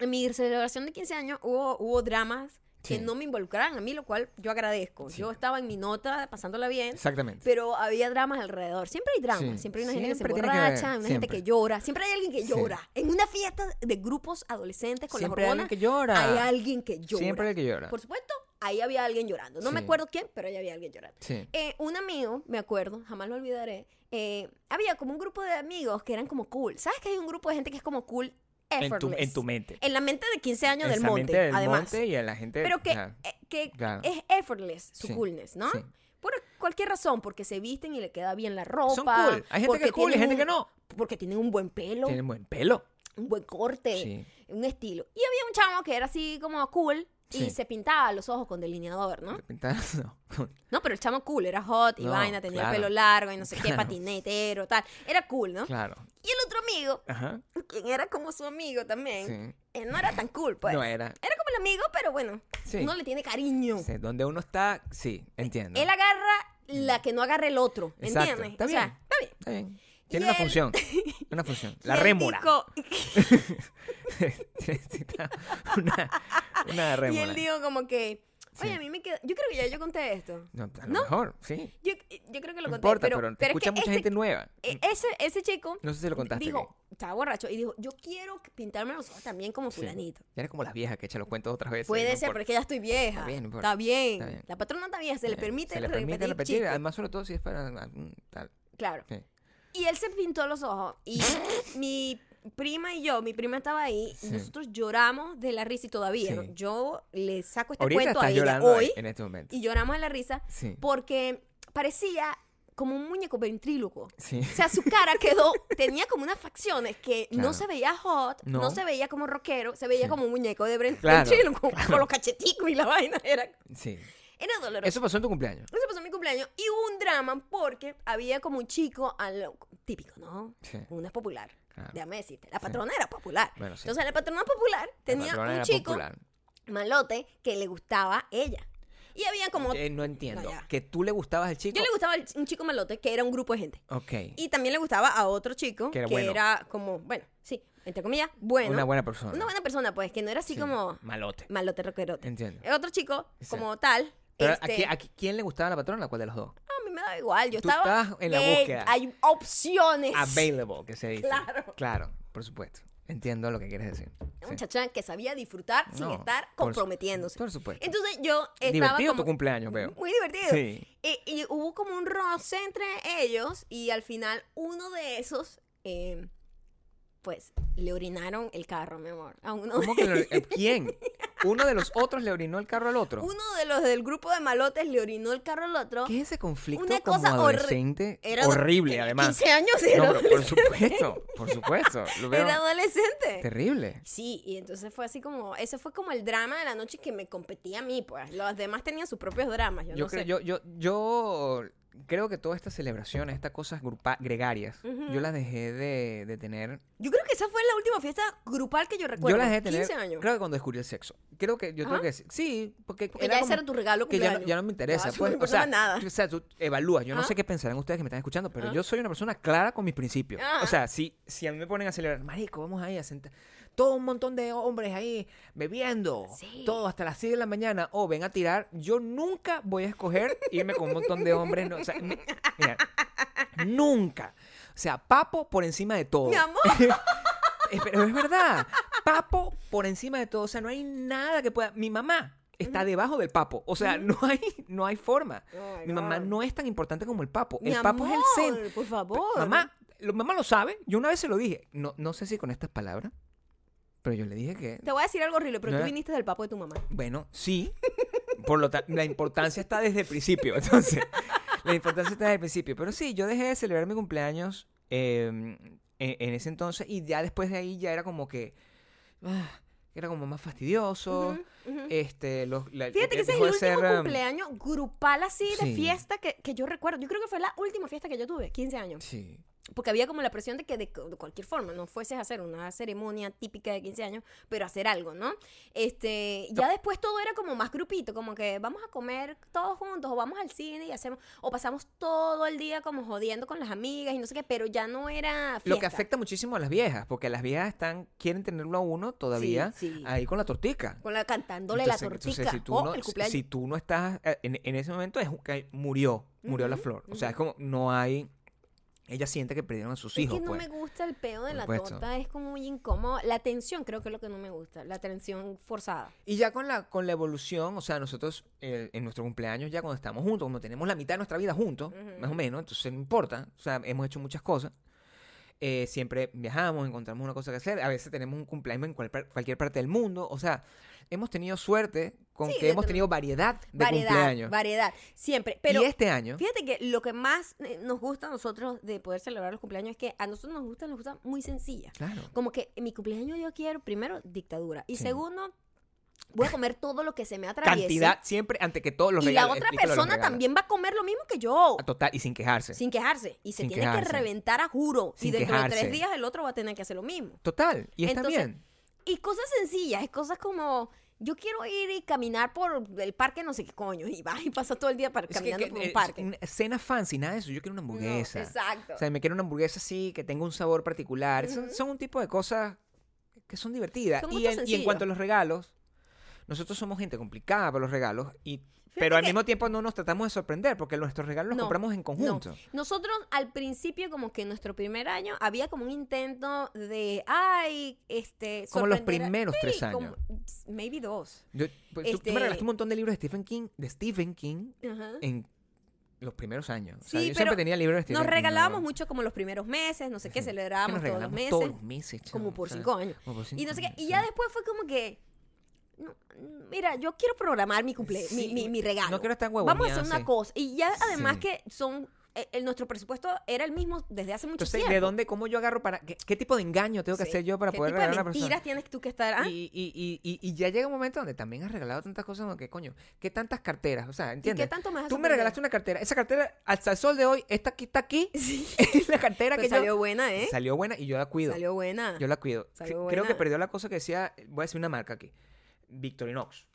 en mi celebración de 15 años hubo, hubo dramas que
Sí.
no me involucraran a mí, lo cual yo agradezco.
Sí.
Yo estaba en mi nota pasándola bien,
Exactamente.
pero había dramas alrededor. Siempre hay dramas,
Sí,
siempre hay una gente que se
siempre tiene que haber,
emborracha, una gente
siempre.
que llora, siempre hay alguien que
Sí.
llora. En una fiesta de grupos adolescentes con
Siempre hay
la
alguien
hormona,
que llora.
hay alguien que llora.
Siempre el que llora.
Por supuesto, ahí había alguien llorando. No me
Sí.
acuerdo quién, pero ahí había alguien llorando.
Sí.
Eh, un amigo, me acuerdo, jamás lo olvidaré, eh, había como un grupo de amigos que eran como cool. ¿Sabes que hay un grupo de gente que es como cool?
En tu,
Effortless.
en tu mente.
En la mente de 15 años del
Esa
monte,
mente del
además.
monte y a la gente.
Pero que,
ajá,
eh, que
claro.
es effortless su
Sí,
coolness, ¿no?
sí.
Por cualquier razón, porque se visten y le queda bien la ropa.
Son cool. Hay gente que
porque
es cool y
tienen
gente
un-
que no.
Porque tienen un buen pelo,
Tienen buen pelo.
un buen corte,
Sí.
un estilo. Y había un chamo que era así como cool y
Sí.
se pintaba los ojos con delineador, ¿no?
De pintar- no.
No, pero el chamo cool, era hot y
No,
vaina, tenía
claro.
el pelo largo y no sé qué,
Claro.
patinetero, tal. Era cool, ¿no?
Claro.
Y el otro amigo,
Ajá.
quien era como su amigo también,
Sí.
él no era tan cool, pues.
No
era.
era.
como el amigo, pero bueno,
Sí.
uno le tiene cariño.
Sí, Donde uno está, sí, entiendo.
mm. Él agarra la que no agarra el otro,
Exacto,
¿entiendes?
está
O sea,
bien.
está bien.
Está bien.
Y
Tiene una
él-
función. Una función. La
Y él
rémora.
dijo-
Necesita una, una
y
rémora.
él dijo como que, oye,
Sí.
a mí me queda... Yo creo que ya yo conté esto.
No, a lo
¿No?
mejor, sí.
Yo, yo creo que lo
No
conté,
importa,
pero,
pero, te
pero es
escucha
que
mucha
ese-
gente nueva.
e- ese, ese chico
No sé si lo contaste.
dijo, estaba borracho y dijo, yo quiero pintarme los ojos también como
Sí.
fulanito.
que- Ya eres como las viejas que echan los cuentos otras veces.
Puede
no
ser,
importa.
pero es que ya estoy vieja.
Está
Está
bien,
bien,
no importa.
está bien.
Está bien.
La patrona está vieja, se le
Eh,
permite,
se le permite repetir.
chistes.
Además, sobre todo si es para. ah, mm, Tal.
Claro.
Sí.
Y él se pintó los ojos. Y mi prima y yo, mi prima estaba ahí,
Sí.
nosotros lloramos de la risa y todavía.
Sí.
¿no? Yo le saco este
Ahorita
cuento a
estás
ella
llorando
hoy
en este momento.
y lloramos de la risa
Sí.
porque parecía como un muñeco ventríloco.
Sí.
O sea, su cara quedó, tenía como unas facciones que
Claro.
no se veía hot, no.
No.
se veía como rockero, se veía
Sí.
como un muñeco de Brent
Claro,
con, con los cacheticos y la vaina. Era,
Sí.
era doloroso.
Eso pasó en tu cumpleaños.
Eso pasó en mi cumpleaños y hubo un drama porque había como un chico al- típico, ¿no?
Sí.
Uno es popular.
Claro.
Déjame decirte, la patrona era popular.
Bueno, sí.
Entonces, la patrona popular tenía
patrona
un
era
chico
popular.
malote que le gustaba ella. Y había como.
Eh, no entiendo.
No, ya.
que tú le gustabas al chico.
yo le gustaba el- un chico malote que era un grupo de gente.
Ok.
Y también le gustaba a otro chico
Que
que
era
era,
bueno.
como, bueno, sí, entre comillas, bueno.
una buena persona.
Una buena persona, pues, que no era así
Sí.
como
Malote.
malote rockerote.
Entiendo.
El otro chico,
Sí.
como tal.
Pero
este,
¿a, qui- a qui- quién le gustaba la patrona? ¿Cuál de los dos?
A mí me da igual, yo
Tú
estaba.
estabas en la
gay,
búsqueda.
Hay opciones.
Available, que se dice.
Claro.
Claro, por supuesto. Entiendo lo que quieres decir.
Una
Sí.
muchacha que sabía disfrutar sin
No,
estar
por su-
comprometiéndose.
por supuesto.
Entonces yo estaba.
Divertido
como-
tu cumpleaños, veo.
Muy divertido.
Sí.
Y, y hubo como un roce entre ellos y al final uno de esos, eh, pues, le orinaron el carro, mi amor. A uno,
¿Cómo que le- eh, ¿Quién? ¿Uno de los otros le orinó el carro al otro?
uno de los del grupo de malotes le orinó el carro al otro.
¿Qué es ese conflicto
Una
como
cosa horri-
adolescente?
Era-
horrible,
tenía
además.
15 años
No,
era,
pero por supuesto, por supuesto. Lo veo
era adolescente.
terrible.
Sí, y entonces fue así como, ese fue como el drama de la noche que me competía a mí, pues. Los demás tenían sus propios dramas, yo,
Yo,
no
creo,
sé.
yo, yo, yo creo que todas estas celebraciones, estas cosas grupa- gregarias, yo las dejé de, de tener.
Yo creo que esa fue la última fiesta grupal que yo recuerdo.
yo las dejé de tener.
15 años.
Creo que cuando descubrí el sexo. Creo que yo creo
Ajá.
que sí. Sí, porque,
Porque
era
ya
como
ese era tu regalo
que ya no,
cumpleaños.
ya no me interesa.
Ya, eso no
pues,
me
o sea,
importa nada. Ah.
tú- o sea, tú evalúas. Yo no
Ajá.
sé qué pensarán ustedes que me están escuchando, pero yo soy una persona clara con mis principios. O
Ajá.
sea, si, si a mí me ponen a celebrar, marico, vamos ahí a sentar. Todo un montón de hombres ahí bebiendo,
Sí.
todo hasta las 6 de la mañana, o ven a tirar. Yo nunca voy a escoger irme con un montón de hombres. No, o sea, me- mira, nunca. O sea, papo por encima de todo.
Mi amor.
Eh, Pero es verdad. Papo por encima de todo. O sea, no hay nada que pueda. Mi mamá está debajo del papo. O sea, no hay, no hay forma.
Oh, my
Mi mamá
God.
no es tan importante como el papo.
Mi
el papo
amor,
es el centro.
Por
Pero,
favor.
Mamá, lo, mamá lo sabe. Yo una vez se lo dije. No, no sé si con estas palabras, pero yo le dije que.
Te voy a decir algo horrible, pero
No
tú
era-
viniste del papo de tu mamá.
Bueno, sí. Por lo tanto, la importancia está desde el principio. Entonces, la importancia está desde el principio. Pero sí, yo dejé de celebrar mi cumpleaños eh, en, en ese entonces y ya después de ahí ya era como que. ah, era como más fastidioso. Este, los, la-
Fíjate que ese es el
dejó de
último
ser, um,
cumpleaños grupal así de
sí.
fiesta que, que yo recuerdo. Yo creo que fue la última fiesta que yo tuve, 15 años.
Sí.
porque había como la presión de que de, de cualquier forma no fueses a hacer una ceremonia típica de 15 años, pero hacer algo, ¿no? Este, ya después todo era como más grupito, como que vamos a comer todos juntos o vamos al cine y hacemos o pasamos todo el día como jodiendo con las amigas y no sé qué, pero ya no era fiesta.
Lo que afecta muchísimo a las viejas, porque las viejas están quieren tenerlo a uno todavía
Sí, sí.
ahí con la tortica.
con la cantándole la
Entonces-
tortica
entonces, si tú
o
no,
el cumpleaños.
si tú no estás eh, en, en ese momento es que murió, murió la flor. O sea, es como no hay ella siente que perdieron a sus
Es
hijos,
que no
pues.
me gusta el peo de
Por
la
supuesto.
torta, es como muy incómodo. La tensión creo que es lo que no me gusta, la tensión forzada.
Y ya con la con la evolución, o sea, nosotros eh, en nuestro cumpleaños ya cuando estamos juntos, como tenemos la mitad de nuestra vida juntos, más o menos, entonces no importa, o sea, hemos hecho muchas cosas. Eh, siempre viajamos, encontramos una cosa que hacer, a veces tenemos un cumpleaños en cual- cualquier parte del mundo, o sea, hemos tenido suerte con
Sí,
que
de
hemos
tener-
tenido variedad de
variedad,
cumpleaños.
variedad, siempre. Pero
y este año,
fíjate que lo que más eh, nos gusta a nosotros de poder celebrar los cumpleaños es que a nosotros nos gustan las cosas muy sencillas.
claro.
Como que en mi cumpleaños yo quiero, primero, dictadura. Y
Sí.
segundo, voy a comer todo lo que se me atraviese.
cantidad siempre ante que todos los
Y la
regalos.
otra
explícalo de los
persona
regalos.
también va a comer lo mismo que yo.
Ah, Total, y sin quejarse.
Sin quejarse. Y se
Sin
tiene
quejarse.
que reventar a juro.
Sin
y dentro de
quejarse.
tres días el otro va a tener que hacer lo mismo.
Total, y está
Entonces,
bien.
Y cosas sencillas, cosas como yo quiero ir y caminar por el parque no sé qué coño y vas y pasas todo el día para,
Es que-
caminando
que-
por
eh,
un parque.
una Cena fancy, nada de eso. Yo quiero una
No,
hamburguesa.
exacto.
O sea, me quiero una hamburguesa así, que tenga un sabor particular. Son, son un tipo de cosas que son divertidas.
Son
y,
gustos
en, y en
sencillos.
cuanto a los regalos, nosotros somos gente complicada para los regalos, y, pero al
que-
mismo tiempo no nos tratamos de sorprender porque nuestros regalos los
No,
compramos en conjunto.
No. Nosotros al principio, como que en nuestro primer año, había como un intento de, ay, este...
Como los
sorprender a-
primeros tres
Sí, como-
años.
maybe dos.
Yo- pues, tú- tú,
Este-
me regalaste un montón de libros de Stephen King, de Stephen King
Ajá.
en este los primeros años. O sea,
Sí,
yo
pero
siempre tenía libros de Stephen
Nos
King,
regalábamos
¿no?
mucho como los primeros meses, no sé qué,
Sí.
celebrábamos
Que nos
todos los meses.
regalamos todos los meses,
como
chamo,
por
o sea,
cinco años.
como por
y
cinco
no sé qué.
años,
Y ya
sí.
después fue como que. no, mm, Mira, yo quiero programar mi cumple, mi,
Sí,
mi, mi regalo.
no quiero estar
Vamos a
huevoneado,
hacer una
sí.
cosa. Y ya además
Sí.
que son. eh, el- nuestro presupuesto era el mismo desde hace mucho
Entonces,
tiempo.
¿de dónde, cómo yo agarro para, qué, qué tipo de engaño tengo que
Sí.
hacer yo para
¿Qué
poder
tipo de
regalar a una persona?
mentiras tienes tú que estar? ah?
Y, y, y, y- y ya llega un momento donde también has regalado tantas cosas, como que coño, ¿qué tantas carteras? O sea, ¿entiendes?
tanto me vas a
Tú me
sorprender?
regalaste una cartera, esa cartera hasta el sol de hoy, esta aquí está aquí, es la cartera
Pero
que yo-
salió buena, ¿eh?
Pues Salió buena y yo la cuido.
Salió buena.
Yo la cuido.
Salió
Cre- Creo que
buena.
perdió la cosa que decía, voy a decir una marca aquí, Victorinox.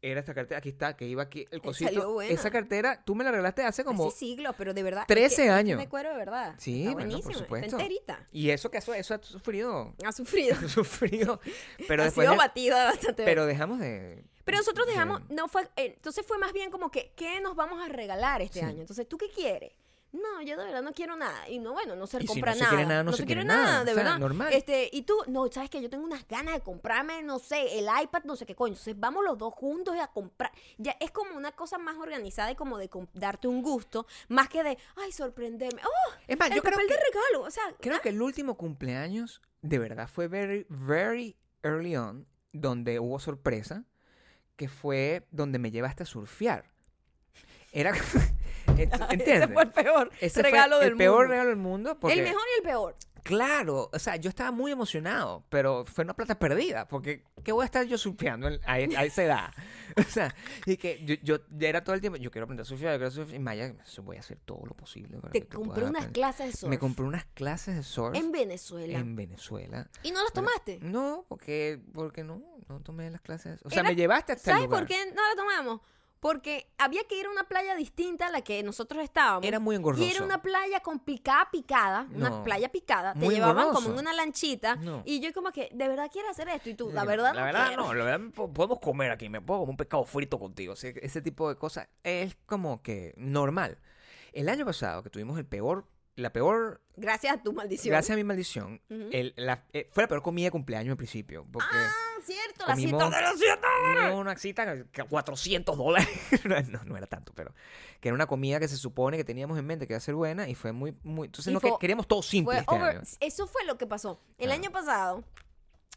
Era esta cartera, aquí está, que iba aquí el cosito.
Eh, salió buena.
Esa cartera, tú me la regalaste hace como
Hace siglos, pero de verdad. es que
13 años.
Es de cuero de verdad.
Sí,
Está
bueno, por
buenísima,
supuesto.
Está enterita.
Y eso que eso, eso ha sufrido.
Ha sufrido.
Ha sufrido. Pero
ha
después.
sido
de-
batida bastante
pero dejamos de.
Pero nosotros
de-
dejamos, no fue, eh, entonces fue más bien como que, ¿qué nos vamos a regalar este
Sí.
año? Entonces, ¿tú qué quieres? No, yo de verdad no quiero nada. Y no, bueno, no se
Y si
compra
no se
nada.
quiere nada, no se quiere nada.
de
O sea,
verdad.
normal.
Este, y tú, no, sabes que yo tengo unas ganas de comprarme, no sé, el iPad, no sé qué coño. Entonces, vamos los dos juntos y a comprar. Ya es como una cosa más organizada y como de com- darte un gusto, más que de, ay, sorprenderme. ¡Oh!
Es más,
el
Ah, yo creo
papel
que,
de regalo. O sea,
creo que el último cumpleaños, de verdad, fue very, very early on, donde hubo sorpresa, que fue donde me llevaste a surfear. Era. ¿Entiendes?
ese fue el peor
Ese fue
regalo del
el peor
mundo.
regalo del mundo. Porque,
El mejor y el peor.
Claro, o sea, yo estaba muy emocionado, pero fue una plata perdida, porque ¿qué voy a estar yo surfeando en- a, e- a esa edad? O sea, y que yo, yo ya era todo el tiempo, yo quiero aprender a surfear, yo quiero surfear, y Maya, eso voy a hacer todo lo posible. para
Te
que tú
compré
puedas
unas
aprender.
clases de surf
Me compré unas clases de surf
en
en
Venezuela.
Venezuela.
¿Y no las
Pero-
tomaste?
No, porque, porque no, no tomé las clases. O sea,
Era-
me llevaste hasta
¿Sabes
el lugar.
por qué no la tomamos? Porque había que ir a una playa distinta a la que nosotros estábamos.
Era muy engorroso.
Y era una playa complicada, picada,
No.
una playa picada. Te
Muy
llevaban
engorroso.
como en una lanchita.
No.
Y yo como que, ¿de verdad quieres hacer esto? Y tú,
Y
la
yo,
verdad
la
no
verdad
quiero".
no, la verdad po- podemos comer aquí, me puedo comer un pescado frito contigo, o sea, ese tipo de cosas es como que normal. El año pasado que tuvimos el peor, la peor,
Gracias a tu maldición.
gracias a mi maldición,
Ujú.
el- la- eh, fue la peor comida de cumpleaños al principio, porque
Ah, cierto, la
Comimos-
cita de los 100 dólares.
no, una cita que 400 dólares, no, no era tanto, pero que era una comida que se supone que teníamos en mente que iba a ser buena y fue muy, muy, entonces
Y
no, que-
fue-
queríamos todo simple
Fue
este
over-
año.
Eso fue lo que pasó. El
Ah.
año pasado,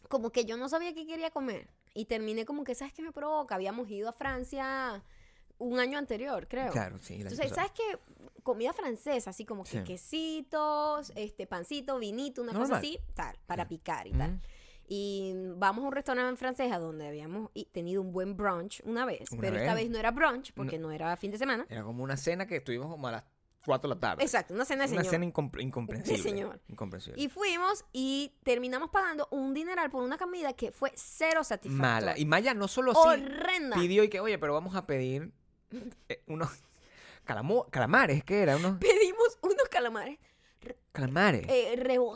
como que yo no sabía qué quería comer. Y terminé como que, ¿sabes qué me provoca? Habíamos ido a Francia un año anterior, creo.
Claro, sí. el año
Entonces,
pasado.
¿sabes qué? Comida francesa, así como que
Sí.
quesitos, este, pancito, vinito, una
Normal.
cosa así, tal, para picar y tal.
Ujú.
Y vamos a un restaurante francés a donde habíamos i- tenido un buen brunch una vez,
Una
pero esta
vez.
vez no era brunch porque no, era fin de semana.
Era como una cena que estuvimos como a las 4 de la tarde.
Exacto, una cena de
Una
señor.
cena incompre- incomprensible.
De señor.
Incomprensible.
Y fuimos y terminamos pagando un dineral por una comida que fue cero satisfactoria.
Mala. Y Maya no solo así
Horrenda.
pidió y que, oye, pero vamos a pedir eh, unos calamo- calamares, ¿qué era? Unos
Pedimos unos calamares
calamares.
eh,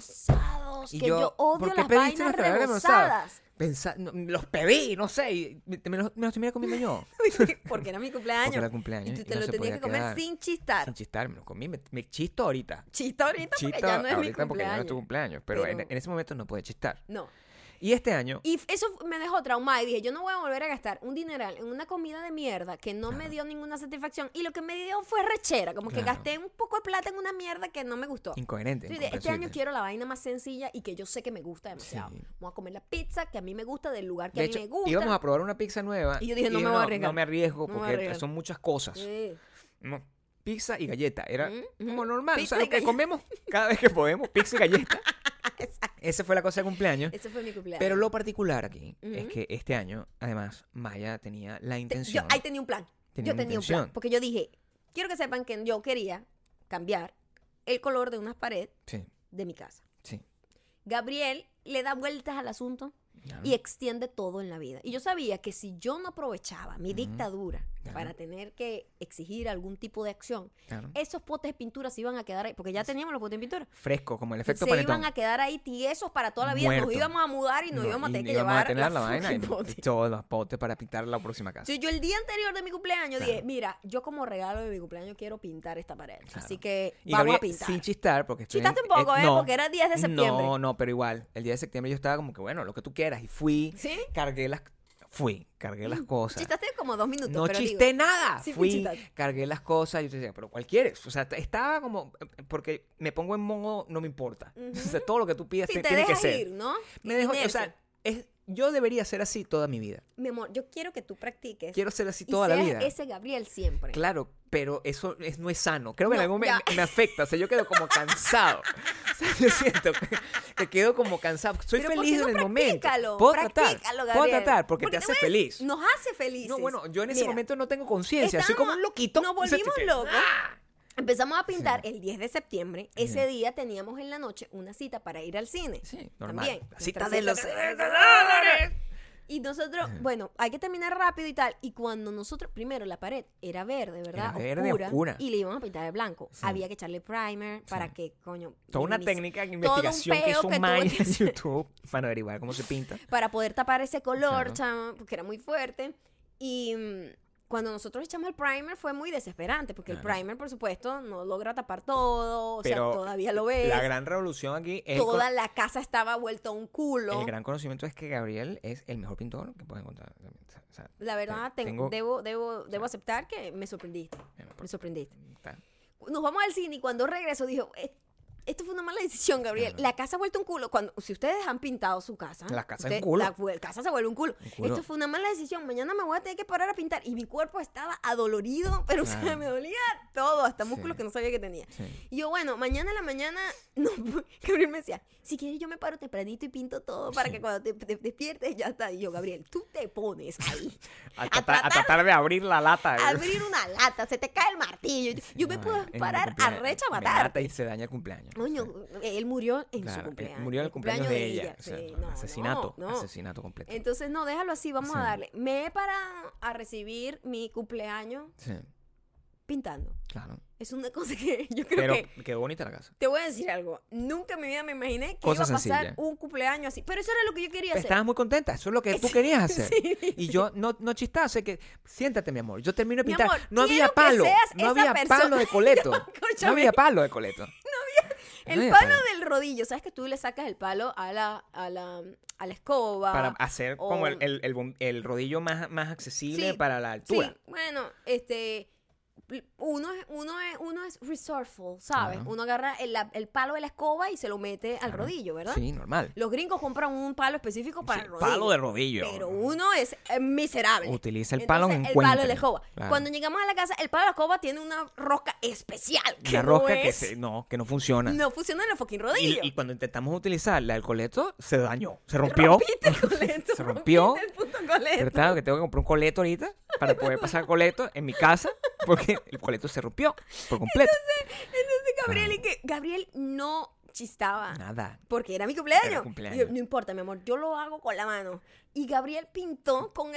rebozados,
Y
que
yo,
yo, odio
¿por qué
las
pediste
vainas
los calamares
rebozadas.
Pensa- no, los pedí, no sé, y me, me los, me los terminé comiendo yo.
Porque era mi
Porque
cumpleaños.
era cumpleaños.
y tú
y
te
no
lo
se
tenías
podía
que comer
quedar.
sin chistar.
Sin chistar, me los comí, me, me chisto ahorita.
Chista ahorita porque
Chisto
ya no es mi
ahorita porque ya no
cumpleaños.
es tu cumpleaños, pero, en,
Pero-
en ese momento no puede chistar.
No.
Y este año,
Y f- eso me dejó traumada y dije, yo no voy a volver a gastar un dineral en una comida de mierda que no me dio ninguna satisfacción y lo que me dio fue rechera, como que
Claro.
gasté un poco de plata en una mierda que no me gustó.
incoherente.
Entonces, este
incomprensible.
año quiero la vaina más sencilla y que yo sé que me gusta demasiado.
Sí.
Vamos a comer la pizza que a mí me gusta del lugar que
De
a mí
hecho,
me gusta.
íbamos a probar una pizza nueva.
Y yo dije, no me voy a arriesgar.
No me
No
arriesgo
me voy a
porque
arriesgar.
son muchas cosas.
Sí.
No, pizza y galleta. Era
Mm,
como normal.
Pizza
o sea,
y
lo que
galleta.
comemos cada vez que podemos, pizza y galleta. Esa fue la cosa de cumpleaños.
Ese fue mi cumpleaños.
Pero lo particular aquí es
Ujú.
que este año, además, Maya tenía la
Te-
intención.
yo, ahí tenía un plan.
Tenía
yo
una
tenía un
intención.
plan. Porque yo dije, quiero que sepan que yo quería cambiar el color de unas paredes
Sí,
de mi casa.
sí.
Gabriel le da vueltas al asunto
Claro.
y extiende todo en la vida. Y yo sabía que si yo no aprovechaba mi dictadura
Claro.
para tener que exigir algún tipo de acción,
Claro.
esos potes de pintura se iban a quedar ahí, porque ya teníamos los potes de pintura.
Fresco, como el efecto
se
panetón.
iban a quedar ahí tiesos para toda la vida.
Muerto.
Nos íbamos a mudar y nos
No,
íbamos a tener que
íbamos
llevar
tener la vaina y
fucking
no- y
pote.
todos los potes para pintar la próxima casa.
Entonces, yo el día anterior de mi cumpleaños
Claro.
dije, mira, yo como regalo de mi cumpleaños quiero pintar esta pared.
Claro.
Así que
Y
vamos
Gabriel,
a pintar.
Sin chistar, porque. estoy
Chistaste un poco, ¿eh?
no.
Porque era 10 de septiembre.
No, no, pero igual. El 10 de septiembre yo estaba como que, bueno, lo que tú quieras. Y fui,
¿Sí?
cargué las. Fui, cargué las cosas.
Chistaste como dos minutos.
no
Mm, pero digo,
chisté nada.
sí
fui,
chistaste.
cargué las cosas. Y yo decía, pero ¿cuál quieres? O sea, t- estaba como. Porque me pongo en modo, no me importa. O sea, todo lo que tú pidas
Sí,
te-
te
tiene que
dejas
ser.
ir, ¿no?
Me dejó, o
Inercia.
sea, es- yo debería ser así toda mi vida.
mi amor, yo quiero que tú practiques.
Quiero ser así
y
toda la
seas
vida.
ese Gabriel siempre.
Claro, pero eso es, no es sano. Creo que en
No,
algún
ya.
momento me, me afecta. O sea, yo quedo como cansado. O sea, yo siento que, que quedo como cansado. Soy
Pero ¿por
feliz
qué no
en el momento.
practícalo?
Puedo tratar.
Practícalo,
Puedo
Gabriel.
tratar porque,
Porque
te hace
te
feliz.
Nos hace felices.
No, bueno, yo en ese
Mira,
momento no tengo conciencia. Soy como
estábamos-
un loquito.
Nos
O sea,
volvimos
que-
locos.
¡Ah!
Empezamos a pintar
Sí.
el 10 de septiembre. Ese día teníamos en la noche una cita para ir al cine.
Sí, normal.
También.
La cita
Nuestra
de los
dólares. Y nosotros, bueno, hay que terminar rápido y tal. Y cuando nosotros, primero la pared era verde, ¿verdad?
Era verde, oscura.
Y le íbamos a pintar de blanco.
Sí.
Había que echarle primer para que, coño.
Toda una
minimice-
técnica de
todo un
investigación que
peo
hizo
tuve
Maya
que
en
hacer.
YouTube para averiguar cómo se pinta.
para poder tapar ese color,
Claro.
chamo, porque era muy fuerte. Y mm, cuando nosotros echamos el primer fue muy desesperante, porque el
Claro.
primer, por supuesto, no logra tapar todo, o
Pero
sea, todavía lo ves.
La gran revolución aquí es el con-
Toda la casa estaba vuelta un culo.
El gran conocimiento es que Gabriel es el mejor pintor que puedes encontrar. O sea,
La verdad,
te-
te- debo, debo, debo aceptar que me sorprendiste.
Bueno, por-
Me sorprendiste.
está.
Nos vamos al cine y cuando regreso dijo, "Eh, esto fue una mala decisión, Gabriel.
Claro.
La casa ha vuelto un culo. Cuando, si ustedes han pintado su casa,
La casa es un
ustedes-
culo.
La, vu- casa se vuelve un culo.
Un culo.
Esto fue una mala decisión. Mañana me voy a tener que parar a pintar. Y mi cuerpo estaba adolorido, pero o sea,
Claro.
me dolía todo, hasta
Sí.
músculos que no sabía que tenía.
Sí.
Y yo, bueno, mañana en la mañana, no, Gabriel me decía, si quieres yo me paro tempranito y pinto todo para que cuando te, te despiertes ya está. Y yo, Gabriel, tú te pones ahí.
A,
A
tratar, a
tratar-
tratar de abrir la lata.
abrir una lata, se te cae el martillo. Yo, yo me
No,
puedo
en mi
parar a
cumpleaños-
recha
me
matar.
mata y se daña el cumpleaños.
Coño,
Sí.
él murió en
Claro, eh,
su cumpleaños.
Murió en el cumpleaños de ella. O
sí,
sea,
no,
asesinato.
no, no.
Asesinato completo.
Entonces, no, déjalo así, vamos
Sí.
a darle. Me he parado a recibir mi cumpleaños
Sí,
pintando.
claro.
Es una cosa que yo creo
Pero
que...
quedó bonita la casa.
Te voy a decir algo. Nunca en mi vida me imaginé que iba
Cosa
a pasar
sencilla. Pues
un cumpleaños así. Pero eso era lo que yo quería hacer.
Estabas muy contenta, eso es lo que tú
Sí,
querías hacer.
sí,
y yo no, no chistase que, siéntate, mi amor, yo termino de
Mi
pintar.
amor,
no había
quiero que
palo,
seas
no
esa
había
persona.
palo de coleto.
No,
no
escúchame.
había palo de coleto.
El
había
palo del rodillo. ¿Sabes que tú le sacas el palo a la, a la, a la escoba?
para hacer como
o-
el, el- el bom- el rodillo más, más accesible
oh. Sí,
para la
Sí,
altura.
bueno, este uno es, uno es, uno es resourceful, ¿sabes?
Claro.
Uno agarra el, la- el palo de la escoba y se lo mete al
Claro.
rodillo, ¿verdad?
Sí, normal.
Los gringos compran un palo específico para
Sí,
el rodillo.
palo de rodillo.
Pero uno es eh, miserable.
Utiliza el palo en
Entonces, el palo de la
encuentre.
escoba.
Claro.
Cuando llegamos a la casa, el palo de la escoba tiene una rosca especial. Que
la
no
rosca que
es-
se- no, que no funciona.
No funciona en el fucking
y,
rodillo.
y cuando intentamos utilizar la del coleto, se dañó, se rompió.
Rompiste el coleto,
Se rompió.
rompiste el puto coleto.
¿Verdad? Que tengo que comprar un coleto ahorita para poder pasar coleto en mi casa porque el boleto se rompió por completo.
Entonces
Ah.
Gabriel, y que Gabriel no chistaba.
Nada.
Porque era mi cumpleaños.
Era cumpleaños.
Y yo, no importa, mi amor, yo lo hago con la mano. Y Gabriel pintó con el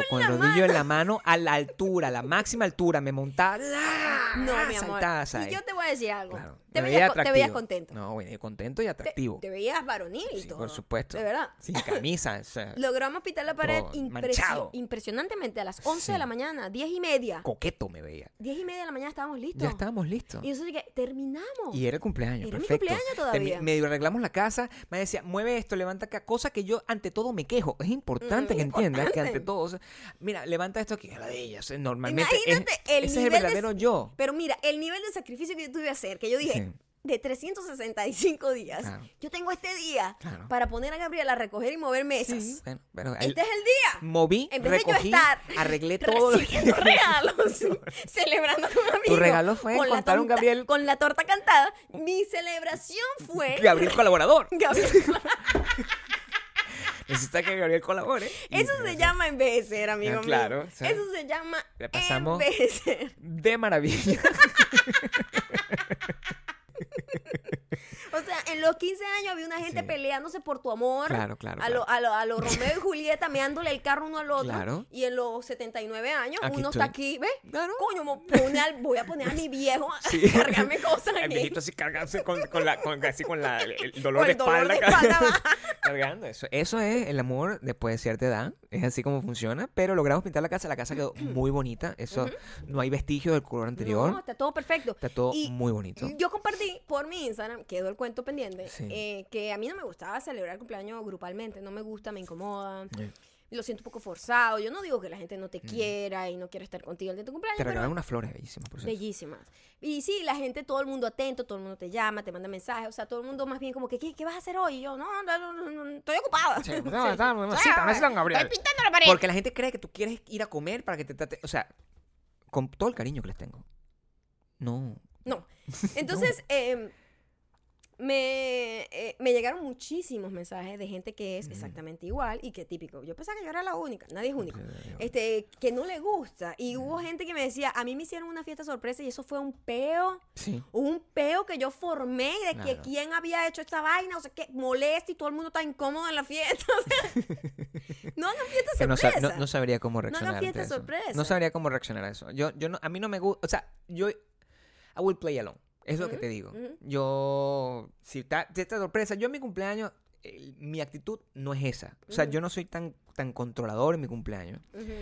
rodillo en
con
la
el rodillo en la mano a la altura, a la máxima altura. Me montaba. ¡ah!
mano. No, mi amor.
saltaba,
Y
¿sabes?
yo te voy a decir algo.
Claro.
Te,
Me
veías,
veía
co- te veías
atractivo.
contento.
No, bueno, contento y
Te,
atractivo.
te veías varonil y
sí,
todo.
por supuesto.
De verdad.
Sin camisa. o sea,
Logramos pitar la pared
Todo
impresi-
manchado.
impresionantemente a las 11 de
Sí.
la mañana, 10 y media.
coqueto me veía.
10 y media de la mañana estábamos listos.
Ya estábamos listos.
Y nosotros que terminamos.
Y era el cumpleaños,
Era mi
perfecto.
cumpleaños todavía.
Termi- medio arreglamos la casa, me decía, mueve esto, levanta acá, cosa que yo ante todo me quejo. Es importante
Mm,
que entiendas que
importante.
ante todo, o sea, mira, levanta esto aquí, ladilla, o sea, normalmente es-
Imagínate el
ese es el
nivel de-
verdadero yo.
Pero mira, el nivel de sacrificio que yo tuve que hacer, que yo dije,
Sí.
de 365 días,
Claro.
yo tengo este día
Claro.
para poner a Gabriela a recoger y mover mesas.
Sí, bueno, bueno, ahí
Este es el día.
moví,
En vez de yo
recogí,
estar
arreglé todo. lo que-
Recibiendo regalos, celebrando con amigos.
regalo fue
con la
contar a un
torta-
Gabriel-
Con la torta cantada. Mi celebración fue.
Gabriel colaborador.
Gabriel-
Necesita que Gabriel colabore. Y-
Eso se llama envejecer, amigo
Ah, claro,
mío.
o sea,
Eso se llama
la pasamos-
envejecer.
De maravilla.
O sea, en los 15 años había una gente
Sí.
peleándose por tu amor.
Claro, claro,
A los a lo, a lo Romeo y Julieta meándole el carro uno al otro.
Claro.
Y en los 79 años,
Aquí
uno
estoy.
está aquí, ¿ves?
Claro.
Coño, mo- pone al- voy a poner a mi viejo a cargarme cosas
El
aquí.
viejito así cargándose con, con la, con, así con la, el el dolor
Con
de
el dolor
espalda.
de
car-
espalda baja.
cargando eso. Eso es el amor después de cierta edad. Es así como funciona. Pero logramos pintar la casa. La casa quedó muy bonita. Eso no hay vestigio del color anterior.
No, está todo perfecto.
Está todo
Y
muy bonito.
Yo compartí por mi Instagram, quedó el cuento pendiente,
Sí.
eh, que a mí no me gustaba celebrar cumpleaños grupalmente. No me gusta, me incomoda.
Eh.
Lo siento un poco forzado. Yo no digo que la gente no te quiera y no quiera estar contigo el día de tu cumpleaños.
Mm. Te
pero
regalaron unas flores bellísimas, por cierto.
Bellísimas. Y sí, la gente, todo el mundo atento, todo el mundo te llama, te manda mensajes, o sea, todo el mundo más bien como que, ¿qué, qué vas a hacer hoy? Y yo, no, no, no, no, no, estoy ocupada.
Sí, no, está, una cita, una cita con Gabriel. Porque la gente cree que tú quieres ir a comer para que te trate. O sea, con todo el cariño que les tengo. No.
No. Entonces, eh, me, eh, me llegaron muchísimos mensajes de gente que es exactamente igual y que típico. Yo pensaba que yo era la única, nadie es único. Este, que no le gusta. Y hubo gente que me decía, a mí me hicieron una fiesta sorpresa y eso fue un peo.
Sí.
un peo que yo formé de que
Claro.
quién había hecho esta vaina, o sea, que molesta y todo el mundo está incómodo en la fiesta. o sea, no hagan fiesta
Que no,
sorpresa.
sab- no- no sabría cómo
hagan
reaccionar.
fiesta
ante eso.
sorpresa.
No sabría cómo reaccionar a eso. Yo, yo no, a mí no me gusta. O sea, yo. I will play alone. Es lo que te digo.
ujú.
Yo. Si está si está sorpresa, yo en mi cumpleaños. el- mi actitud no es esa. O sea,
Ujú.
yo no soy tan, tan controlador en mi cumpleaños.
Ujú.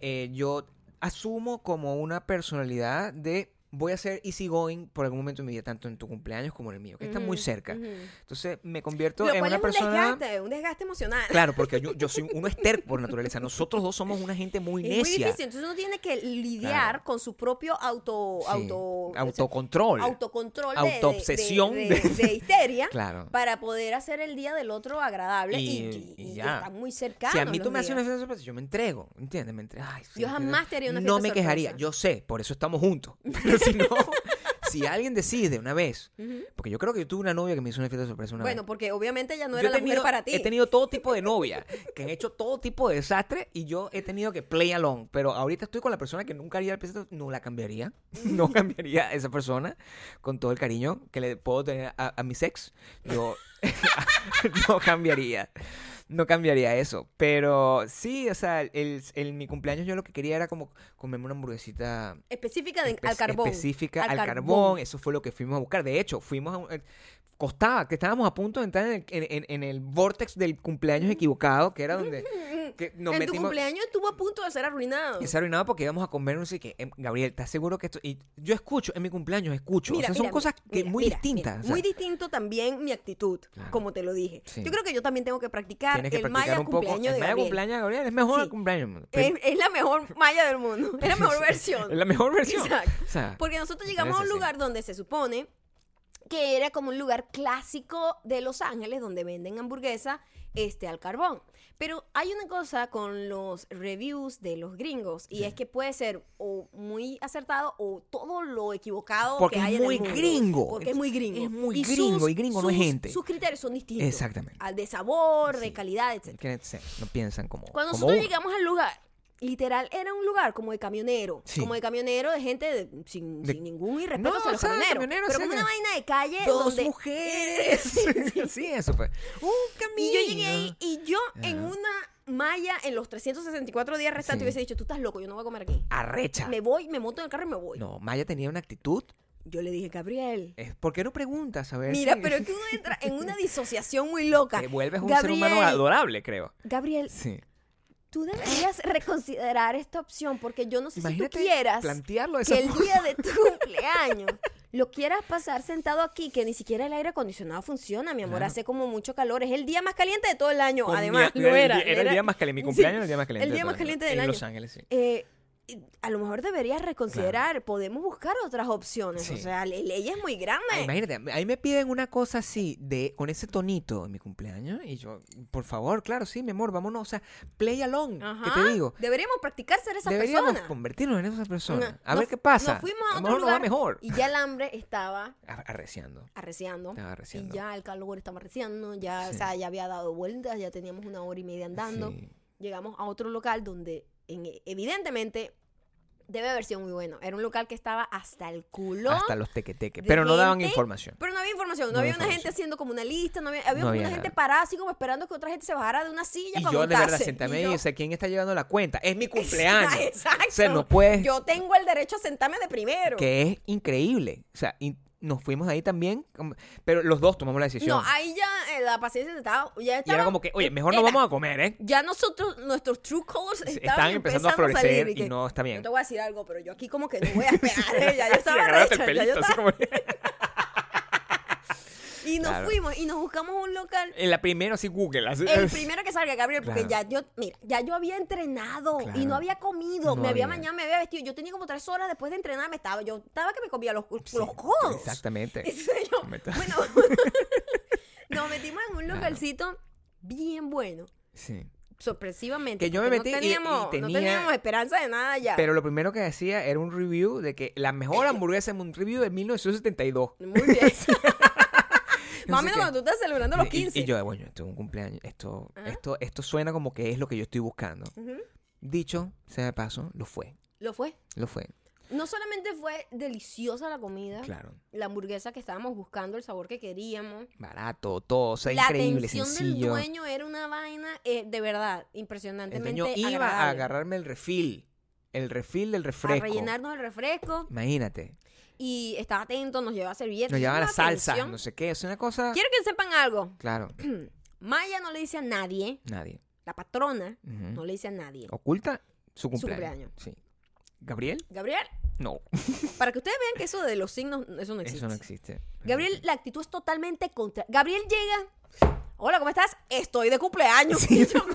Eh, yo asumo como una personalidad de. Voy a ser easygoing por algún momento de mi vida, tanto en tu cumpleaños como en el mío, que está muy
Ujú,
cerca.
ujú.
Entonces me convierto
Lo
en
cual
una
es un
persona.
desgaste, un desgaste emocional.
Claro, porque yo, yo soy uno ester por naturaleza. Nosotros dos somos una gente muy
Es muy
necia.
difícil, entonces uno tiene que lidiar
Claro.
con su propio auto,
Sí,
auto,
autocontrol.
autocontrol, de- de-
Autoobsesión.
de, de- de histeria,
Claro.
para poder hacer el día del otro agradable y, y-
Y- y
y
ya.
está muy cercano.
si a mí tú me haces una fiesta sorpresa, yo me entrego, ¿entiendes? Me entre- Ay, sí,
Yo
sí,
jamás
sí.
te haría una
No
fiesta
me quejaría,
sorpresa.
yo sé, por eso estamos juntos. Pero si no, si alguien decide una vez, porque yo creo que yo tuve una novia que me hizo una fiesta sorpresa una
Bueno,
vez.
porque obviamente ya no
Yo
era
he
la mujer
tenido-
para ti.
He tenido todo tipo de novia, que han hecho todo tipo de desastre y yo he tenido que play along. Pero ahorita estoy con la persona que nunca haría el presente, no la cambiaría. No cambiaría a esa persona con todo el cariño que le puedo tener a, a mi sex. Yo no cambiaría. No cambiaría eso. Pero sí, o sea, el, el- mi cumpleaños yo lo que quería era como comerme una hamburguesita
específica de-
espe-
al carbón.
específica al, carbón.
carbón.
Eso fue lo que fuimos a buscar. De hecho, fuimos a un- eh, Costaba, que estábamos a punto de entrar en el, en, en- en el vortex del cumpleaños equivocado, que era donde que nos
en tu
metimos.
cumpleaños estuvo a punto de ser arruinado.
Es arruinado porque íbamos a comer, no sé qué. Em, Gabriel, ¿estás seguro que esto.? Y yo escucho, en mi cumpleaños escucho.
Mira,
o sea, son
mira,
cosas que
mira,
muy
mira,
distintas.
mira.
o sea,
muy distinto también mi actitud,
Claro.
como te lo dije.
Sí.
Yo creo que yo también tengo que practicar
tienes que
el
practicar
maya
un poco.
cumpleaños de
el maya
Gabriel.
cumpleaños de Gabriel es mejor
Sí.
el cumpleaños.
Es,
Pero-
es la mejor malla del mundo, es la mejor versión.
es la mejor versión.
Exacto.
O sea,
Porque nosotros llegamos a un
Interesa, sí.
lugar donde se supone que era como un lugar clásico de Los Ángeles donde venden hamburguesa este, al carbón. Pero hay una cosa con los reviews de los gringos y es que puede ser o muy acertado o todo lo equivocado
Porque
que
es
hay
muy
en el mundo.
gringo.
Porque es muy gringo.
Es muy gringo, y gringo no es
sus-
gente.
Sus criterios son distintos.
Exactamente.
Al de sabor, de calidad, etc.
que no sé, no piensan como.
Cuando
como
nosotros
uno.
llegamos al lugar, Literal, era un lugar como de camionero.
Sí.
Como de camionero, de gente de- sin,
De-
sin ningún irrespeto
No,
hacia los
o sea,
camioneros.
camioneros,
pero
sí,
como una
que-
vaina de calle
Dos
donde...
mujeres. sí, eso fue. Un camino.
Y yo llegué ahí y yo en
Ajá.
una malla en los 364 días restantes
Sí.
hubiese dicho, tú estás loco, yo no voy a comer aquí.
Arrecha.
Me voy, me monto en el carro y me voy.
No, Eh, Maya tenía una actitud.
Yo le dije, Gabriel,
Es, ¿Por qué no preguntas? A ver.
mira,
si-
pero es que uno entra en una disociación muy loca.
Te vuelves un
Gabriel,
ser humano adorable, creo.
Gabriel,
Sí.
tú deberías reconsiderar esta opción porque yo no sé si tú quieras
plantearlo de esa
que el
forma.
día de tu cumpleaños lo quieras pasar sentado aquí, que ni siquiera el aire acondicionado funciona, mi amor,
Claro.
hace como mucho calor, es el día más caliente de todo el año,
Con
además,
mi-
lo
el
era.
día- el día más caliente. Mi
Sí,
cumpleaños era el día más caliente.
El
de
día
todo
más caliente
año.
del
En
año.
Los Ángeles, sí.
Eh, a lo mejor deberías reconsiderar, podemos buscar otras opciones, o
Sí.
sea, le- le- ella es muy grande.
Ah, imagínate, ahí me piden una cosa así, de, con ese tonito en mi cumpleaños, y yo, por favor, claro, sí, mi amor, vámonos, o sea, play along, ¿qué
Ajá.
te digo?
Deberíamos practicar ser esa
Deberíamos
persona.
convertirnos en esa persona.
No,
a
nos-
ver qué pasa.
Nos fuimos a
lo
otro
mejor nos va
lugar
mejor.
Y ya el hambre estaba
A- Arreciando.
arreciando.
Estaba arreciando.
Y ya el calor estaba arreciando, ya, o
Sí.
sea, ya había dado vueltas, ya teníamos una hora y media andando.
Sí.
Llegamos a otro local donde en- evidentemente debe haber sido muy bueno. Era un local que estaba hasta el culo.
Hasta los tequeteques.
de
Pero no daban
gente
información.
Pero no había información, no,
No
había
había
una gente
información.
haciendo como una lista, no había, había
No
como
había
una
nada.
gente parada así como esperando que otra gente se bajara de una silla
Y
para
yo de
montarse.
verdad sentarme
Y
ahí
yo-
y decía, ¿quién está llevando la cuenta? Es mi cumpleaños.
Exacto.
O sea, no puedes.
Yo tengo el derecho a sentarme de primero.
Que es increíble. O sea, y nos fuimos de ahí también. como- Pero los dos tomamos la decisión.
No, ahí ya eh, la paciencia se estaba, ya
y era
estaba-
como que, oye, mejor no
era-
vamos a comer, ¿eh?
Ya nosotros, nuestros true colors estaban,
Estaban empezando a florecer
salir,
y
que,
no está bien.
Yo te voy a decir algo, pero yo aquí como que no voy a esperar. ¿eh? ya yo
Sí,
estaba
agarrándote
recha,
el
ya yo
pelito, así
estaba-
como-
Y nos
Claro.
fuimos y nos buscamos un local.
en la primera, así Google. así-
El primero que salga, Gabriel, porque
Claro.
ya yo, mira, ya yo había entrenado y
Claro.
no había comido.
No
me había
había.
mañana, me había vestido. Yo tenía como tres horas después de entrenar, me estaba, yo estaba que me comía los,
Sí,
los codos.
Exactamente.
Entonces yo,
Me está-
bueno, nos metimos en un
Claro.
localcito bien bueno.
Sí.
Sorpresivamente.
Que yo me
porque
metí
no
y- y
teníamos,
tenía-
no teníamos esperanza de nada ya.
Pero lo primero que decía era un review de que la mejor hamburguesa en un review de 1972.
Muy bien. Más o
Así
menos
que-
cuando tú estás celebrando los
Y- y-
15.
Y, yo, bueno, esto es un cumpleaños. Esto,
Ajá.
esto, esto suena como que es lo que yo estoy buscando.
Ujú.
Dicho sea de paso, lo fue.
Lo fue.
Lo fue.
No solamente fue deliciosa la comida,
Claro.
la hamburguesa que estábamos buscando, el sabor que queríamos.
Barato, todo. O sea,
la
increíble,
atención del
sencillo.
dueño era una vaina, eh, de verdad,
El
impresionantemente.
dueño iba a
agradable.
agarrarme el refil. El refil del
a
refresco.
rellenarnos el refresco
Imagínate.
y estaba atento, nos llevaba servilletas.
Nos llevaban
una
las salsas,
atención.
no sé qué. Es una cosa.
Quiero que sepan algo.
Claro,
Maya no le dice a nadie,
nadie.
la patrona
Ujú.
no le dice a nadie.
Oculta su cumpleaños.
cumpleaños.
Sí. ¿Gabriel?
Gabriel,
No.
para que ustedes vean que eso de los signos, eso no existe.
Eso no existe.
Gabriel, la actitud es totalmente contra. Gabriel llega. Hola, ¿cómo estás? Estoy de cumpleaños. Y yo, coño,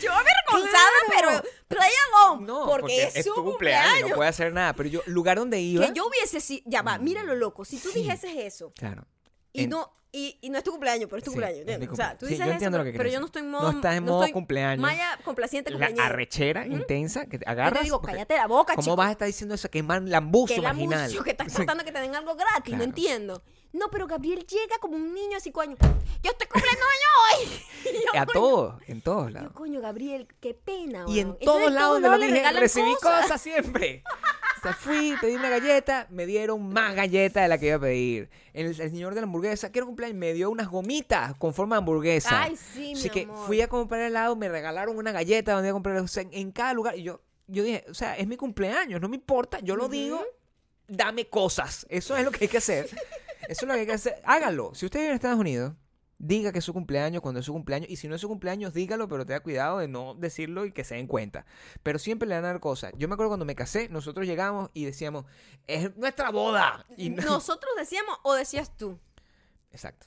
yo avergonzada,
Claro.
pero play along.
No,
porque, es, su cumpleaños.
No puede hacer nada. Pero yo, lugar donde iba.
que yo hubiese si- Ya va, míralo loco. Si tú
Mm. Sí.
dijeses eso
Claro.
y
En-
no. Y, y no es tu cumpleaños, pero es tu
Sí,
cumpleaños.
es mi
¿entiendes? O sea,
cumpleaños.
tú
Sí,
dices
yo
eso,
entiendo lo que
pero
quieres
yo no estoy en
decir.
modo.
No estás en
no
modo
estoy
cumpleaños.
Maya complaciente
La
cumpleañera.
arrechera intensa que te
Yo
agarras.
te digo,
porque-
cállate la boca,
¿Cómo
chico.
vas a estar diciendo eso? Que man lambuzo
que la
marginal.
música que estás tratando que te den algo gratis, no
Claro.
entiendo. No, pero Gabriel llega como un niño de cinco años. Yo estoy cumpliendo años hoy. Y yo,
a
coño,
todos, en todos
Yo,
lados.
coño, Gabriel, qué pena.
Y
weón.
en
Entonces,
todos lados me lo
le
dije,
regalan
recibí cosas, siempre. O sea, fui, pedí una galleta, me dieron más galleta de la que iba a pedir. El, el señor de la hamburguesa, quiero cumpleaños, me dio unas gomitas con forma de hamburguesa.
Ay, sí,
Así
mi
que
amor.
fui a comprar helado, me regalaron una galleta donde iba a comprar helado. O sea, en, en cada lugar. Y yo, yo dije, o sea, es mi cumpleaños, no me importa, yo lo digo, dame cosas. Eso es lo que hay que hacer. Eso es lo que hay que hacer. Hágalo. Si usted vive en Estados Unidos, diga que es su cumpleaños cuando es su cumpleaños. Y si no es su cumpleaños, dígalo, pero tenga cuidado de no decirlo y que se den cuenta. Pero siempre le van a dar cosas. Yo me acuerdo cuando me casé, nosotros llegamos y decíamos, es nuestra boda. Y no-
Nosotros decíamos, o decías tú.
Exacto.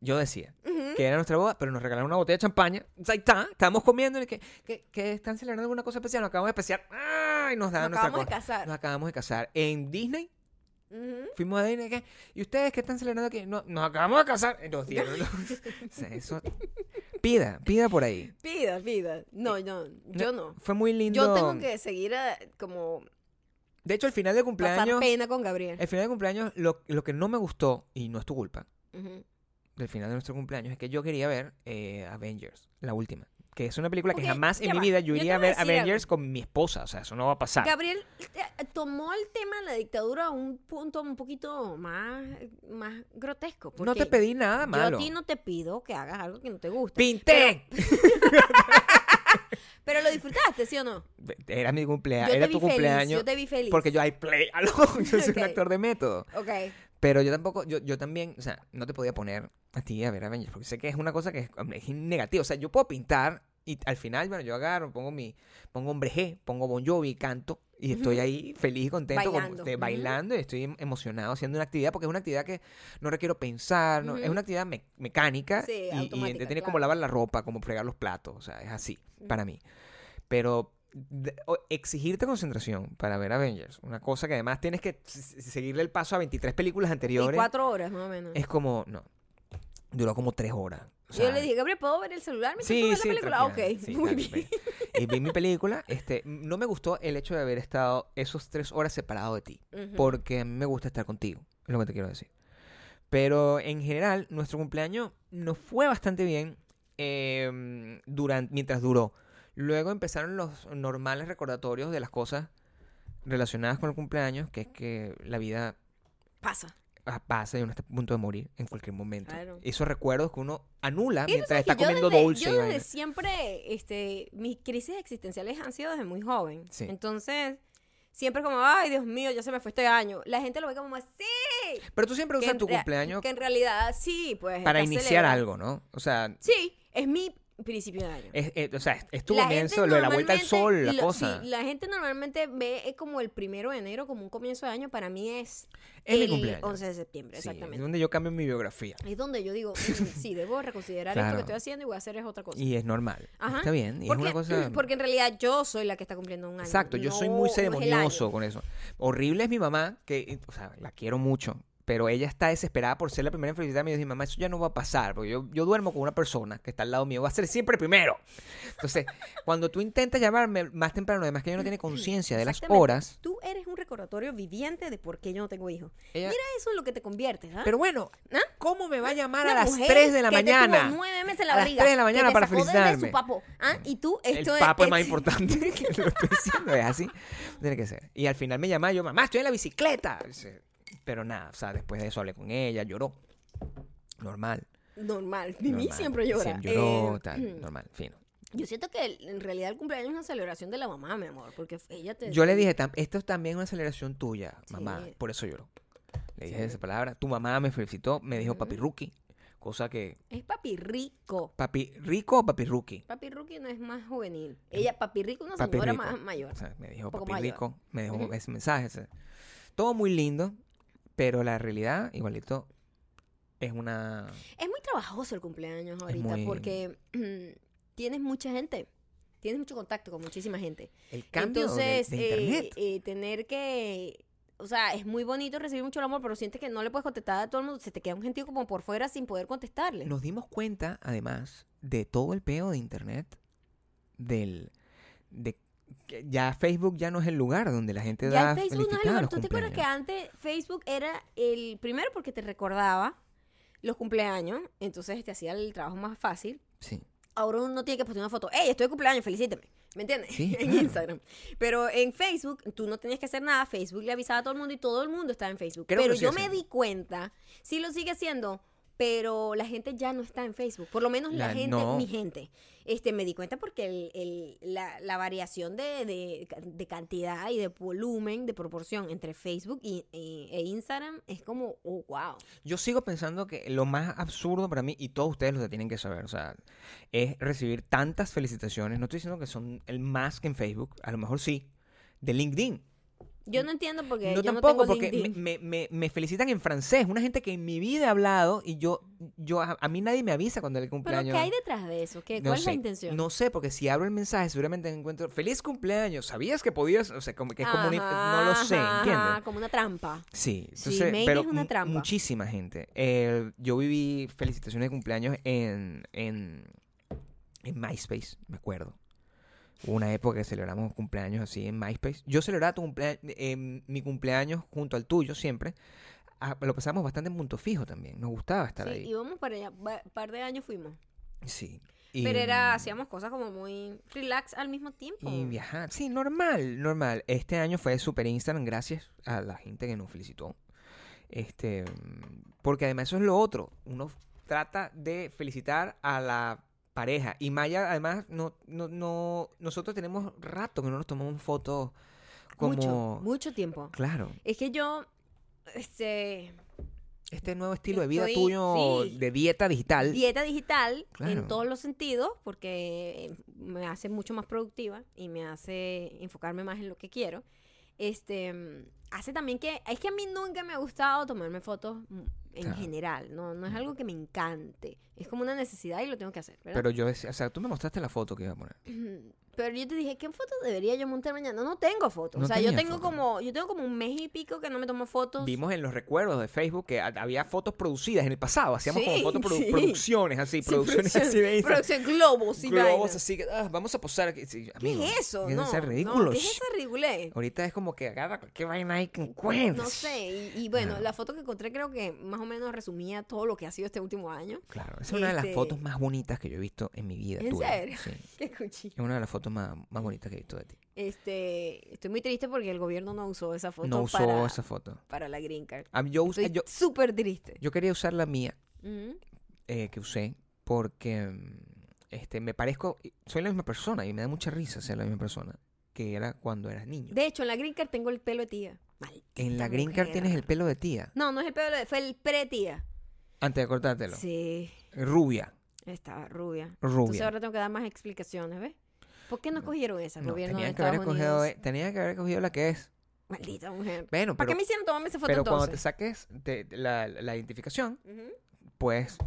Yo decía que era nuestra boda, pero nos regalaron una botella de champaña. O sea, ahí está, estábamos comiendo y que, que, que están celebrando alguna cosa especial. Nos acabamos de especial. ¡Ay! Nos daban
Nos
nuestra
acabamos de
cosa.
casar.
Nos acabamos de casar. En Disney,
Ujú.
fuimos a Disney. ¿qué? ¿Y ustedes qué están celebrando aquí? No, nos acabamos de casar. Y Nos dieron. los- o sea, eso. Pida, pida por ahí.
Pida, pida. No, no, yo no.
Fue muy Eh, lindo.
Yo tengo que seguir a, como
De hecho, el final de
pasar
cumpleaños.
pena con Gabriel.
El final de cumpleaños, lo, lo que no me gustó, y no es tu culpa,
Ujú.
del final de nuestro cumpleaños, es que yo quería ver eh, Avengers, la última. que es una película que
Ok,
jamás en
ya
mi
va.
vida
Yo
yo
te
iría a
voy a
ver
decir algo.
Avengers con mi esposa. O sea, eso no va a pasar.
Gabriel eh, tomó el tema de la dictadura a un punto un poquito más, más grotesco.
no
porque
te pedí nada
Yo
malo.
a ti no te pido que hagas algo que no te guste.
¡Pinté!
Pero lo disfrutaste, ¿sí o no?
Era mi
Yo
cumpleaños.
te
Era
vi
tu
feliz,
cumpleaños.
Yo te vi feliz.
Porque yo I play alone. Yo soy un
Ok.
actor de método.
Ok.
Pero yo tampoco, yo, yo también, o sea, no te podía poner a ti a ver Avengers, porque sé que es una cosa que es, es negativa. O sea, yo puedo pintar y al final, bueno, yo agarro, pongo mi, pongo hombre G, pongo Bon Jovi, canto y estoy ahí feliz, contento, con-
Bailando.
de-
Ujú.
bailando y estoy em- emocionado haciendo una actividad, porque es una actividad que no requiero pensar, no- es
Ujú.
una actividad me- mecánica
Sí,
y- y,
automática,
tiene como
claro.
lavar la ropa, como fregar los platos, o sea, es así para mí. Pero de- o- exigirte concentración para ver Avengers, una cosa que además tienes que s- s- seguirle el paso a 23 películas
Y
anteriores,
cuatro horas más o menos.
es como, no, duró como 3 horas. o
yo
sea,
le dije, Gabriel, ¿puedo ver el celular mientras tú
Sí,
ves
sí,
la película? Ah, Ok,
tranquila, sí,
muy
tranquila,
bien.
tranquila. Y vi mi película, este, no me gustó el hecho de haber estado esos tres horas separado de ti,
Ujú.
porque a mí me gusta estar contigo, es lo que te quiero decir. Pero en general, nuestro cumpleaños nos fue bastante bien eh, duran- mientras duró. Luego empezaron los normales recordatorios de las cosas relacionadas con el cumpleaños, que es que la vida
Pasa.
ah, pasa y uno está a punto de morir en cualquier momento.
Claro.
Esos recuerdos que uno anula
Y tú
mientras
sabes que
está
yo
comiendo
desde-
dulce. y
Yo desde
vaina.
siempre, este, mis crisis existenciales han sido desde muy joven.
Sí.
Entonces, siempre como, ay, Dios mío, ya se me fue este año. La gente lo ve como, sí.
Pero tú siempre usas
en
tu
rea-
cumpleaños
Que en realidad, sí, pues.
para
está
iniciar
celebrado.
algo, ¿no? O sea,
Sí, es mi principio de año.
es, es- o sea, es- es tu
La
comienzo,
gente
lo de la vuelta al
normalmente-
sol, la
lo-
cosa.
sí, la gente normalmente ve eh, como el primero de enero como un comienzo de año. Para mí es,
Es mi
el
cumpleaños.
11 de septiembre,
Sí, es
exactamente.
donde yo cambio mi biografía.
Es donde yo digo, "Mm, sí, debo reconsiderar esto
Claro.
que estoy haciendo y voy a hacer es otra cosa.
Y es normal.
Ajá.
Está bien. Y es
porque,
una cosa.
porque en realidad yo soy la que está cumpliendo un año.
Exacto, yo soy
no-
muy
no es el año.
ceremonioso con eso. Horrible es mi mamá, que, o sea, la quiero mucho, pero ella está desesperada por ser la primera en felicitarme. Y yo digo, mamá, eso ya no va a pasar, porque yo, yo duermo con una persona que está al lado mío, va a ser siempre primero. Entonces, cuando tú intentas llamarme más temprano, además que ella no tiene conciencia de las
Exactamente.
horas,
Tú eres un recordatorio viviente de por qué yo no tengo hijos.
ella-
Mira eso es lo que te conviertes, ¿ah?
Pero bueno,
¿Ah?
¿cómo me va a llamar a
Una
las
mujer
3 de la
que te tuvo
mañana?
nueve meses en la
A las
barriga,
3 de la mañana
que te
para
sacó de- de
felicitarme. Mm.
su papo, ¿ah? Y tú, esto
el
es-
papo es, más
es-
importante que lo estoy diciendo, es así. Tiene que ser. Y al final me llamaba yo, mamá, estoy en la bicicleta. Dice, Pero nada, o sea, después de eso hablé con ella, lloró. Normal.
Normal. Mimi
normal.
siempre llora.
Siempre lloró,
Eh,
tal, normal, fino.
Yo siento que el- en realidad el cumpleaños es una celebración de la mamá, mi amor, porque ella te...
Yo le dije, "Tam- esto es también una celebración tuya, mamá,
Sí.
por eso lloró. Le dije
Sí.
esa palabra. Tu mamá me felicitó, me dijo
Ujú.
papi rookie, cosa que
Es papi rico.
papi rico o papi rookie.
Papi Rookie no es más juvenil. Ella, Papi Rico, una
Papi
señora
Rico.
más mayor.
O sea, me dijo
Un poco
papi
mayor.
rico, me dejó
Ujú.
ese mensaje. o sea, todo muy lindo, pero la realidad, igualito, es una...
Es muy trabajoso el cumpleaños ahorita
muy-
porque mm, tienes mucha gente. Tienes mucho contacto con muchísima gente.
El cambio de-
Entonces,
de,
eh,
internet.
eh, tener que. O sea, es muy bonito recibir mucho amor, pero sientes que no le puedes contestar a todo el mundo. Se te queda un gentío como por fuera sin poder contestarle.
Nos dimos cuenta, además, de todo el peo de internet, del... De, que ya Facebook ya no es el lugar donde la
Ya
gente da
el Facebook no es el
felicitada a
lugar.
los
¿Tú te acuerdas que
cumpleaños.
antes Facebook era el primero porque te recordaba los cumpleaños? Entonces te hacía el trabajo más fácil.
Sí.
ahora uno tiene que postear una foto. ¡Ey, estoy de cumpleaños! ¡Felicítame! ¿Me entiendes?
Sí,
en
claro.
Instagram. Pero en Facebook, tú no tenías que hacer nada. Facebook le avisaba a todo el mundo y todo el mundo estaba en Facebook.
Creo que
pero
lo sigue
yo me
haciendo.
di cuenta, sí lo sigue haciendo, pero la gente ya no está en Facebook. Por lo menos la,
La-
gente,
no.
mi gente. Este, me di cuenta porque el- el- la, la variación de, de- de cantidad y de volumen, de proporción entre Facebook y, y- e Instagram es como, oh, wow.
Yo sigo pensando que lo más absurdo para mí, y todos ustedes lo tienen que saber, o sea, es recibir tantas felicitaciones. No estoy diciendo que son el más que en Facebook, a lo mejor sí, de LinkedIn.
Yo no entiendo porque yo
no tampoco,
no tengo
porque me,
LinkedIn.
me- me- me felicitan en francés, una gente que en mi vida he hablado y yo, yo a, a mí nadie me avisa cuando es el
Pero
cumpleaños.
¿qué hay detrás de eso? ¿Qué,
No
¿Cuál es la
sé,
intención?
No sé, porque si abro el mensaje seguramente encuentro feliz cumpleaños. ¿Sabías que podías? O sea, como que es como una-
Ajá,
no lo sé,
ajá,
¿entiendes?
Como una trampa.
Sí,
Sí,
entonces,
Maine
pero
es una
mu-
trampa.
muchísima gente. Eh, yo viví felicitaciones de cumpleaños en, en, en MySpace, me acuerdo. Hubo una época que celebramos cumpleaños así en MySpace. Yo celebraba tu cumplea- eh, mi cumpleaños junto al tuyo siempre. Ah, Lo pasamos bastante en punto fijo también. Nos gustaba estar
Sí,
ahí.
y vamos para allá. Un par de años fuimos.
Sí. Y, mm.
Pero era, hacíamos cosas como muy relax al mismo tiempo.
Y viajar. Sí, normal, normal. Este año fue super Instagram, gracias a la gente que nos felicitó. Este, porque además eso es lo otro. Uno trata de felicitar a la pareja. Y Maya, además, no, no, no, nosotros tenemos rato que no nos tomamos fotos como.
Mucho, mucho tiempo.
Claro.
Es que yo, este,
Este nuevo estilo de vida
Estoy-
tuyo
sí.
de dieta digital.
dieta digital
Claro.
en todos los sentidos porque eh, me hace mucho más productiva y me hace enfocarme más en lo que quiero. Este mm, hace también que es que a mí nunca me ha gustado tomarme fotos mm, en
Claro. Mm.
general, no no es algo que me encante, es como una necesidad y lo tengo que hacer, ¿verdad?
pero yo decía, o sea, tú me mostraste la foto que iba a poner.
Pero yo te dije, ¿qué foto debería yo montar mañana? No tengo fotos.
No
o sea, yo
tenía
tengo
foto.
como yo tengo como un mes y pico que no me tomo fotos.
Vimos en los recuerdos de Facebook que ha- había fotos producidas en el pasado. Hacíamos
Sí,
como fotos produ-
sí.
producciones así,
Sí,
producciones así de Instagram.
producción globos y
globos
vainas.
así que ah, vamos a posar aquí. Sí,
¿Qué
amigo,
es eso?
dejen de
No,
ser
no,
ridículos.
¿Qué es esa ridiculez?
Ahorita es como que agarra cualquier vaina ahí que encuentres.
No sé, y, y bueno,
Ajá.
la foto que encontré creo que más o menos resumía todo lo que ha sido este último año.
Claro, esa es una de las
Este-
fotos más bonitas que yo he visto en mi vida.
¿En
tuya.
serio?
Sí,
Qué cuchi.
es una de las fotos más, más bonitas que he visto de ti.
Este, estoy muy triste porque el gobierno no usó esa foto
no usó
para,
esa foto.
para la green card.
Ah, Yo, us-
Estoy
yo,
súper triste.
yo quería usar la mía
Ujú.
eh, que usé porque mm, este, me parezco, soy la misma persona y me da mucha risa ser la misma persona que era cuando eras niño.
De hecho, en la green card tengo el pelo de tía. Maldita
en la green card
mujer.
tienes el pelo de tía,
No, no es el pelo de... Fue el pre-tía.
antes de cortártelo.
Sí,
Rubia,
estaba rubia. Entonces
rubia.
ahora tengo que dar más explicaciones, ¿ves? ¿Por qué no cogieron esa?
No,
gobierno de
tenían que, haber
Estados
escogido,
Unidos.
eh, tenían que haber escogido la que es.
Maldita mujer.
Bueno,
¿Para qué
pero,
me hicieron tomarme esa foto
pero cuando te
entonces?
saques te- la, la identificación,
Ujú.
puedes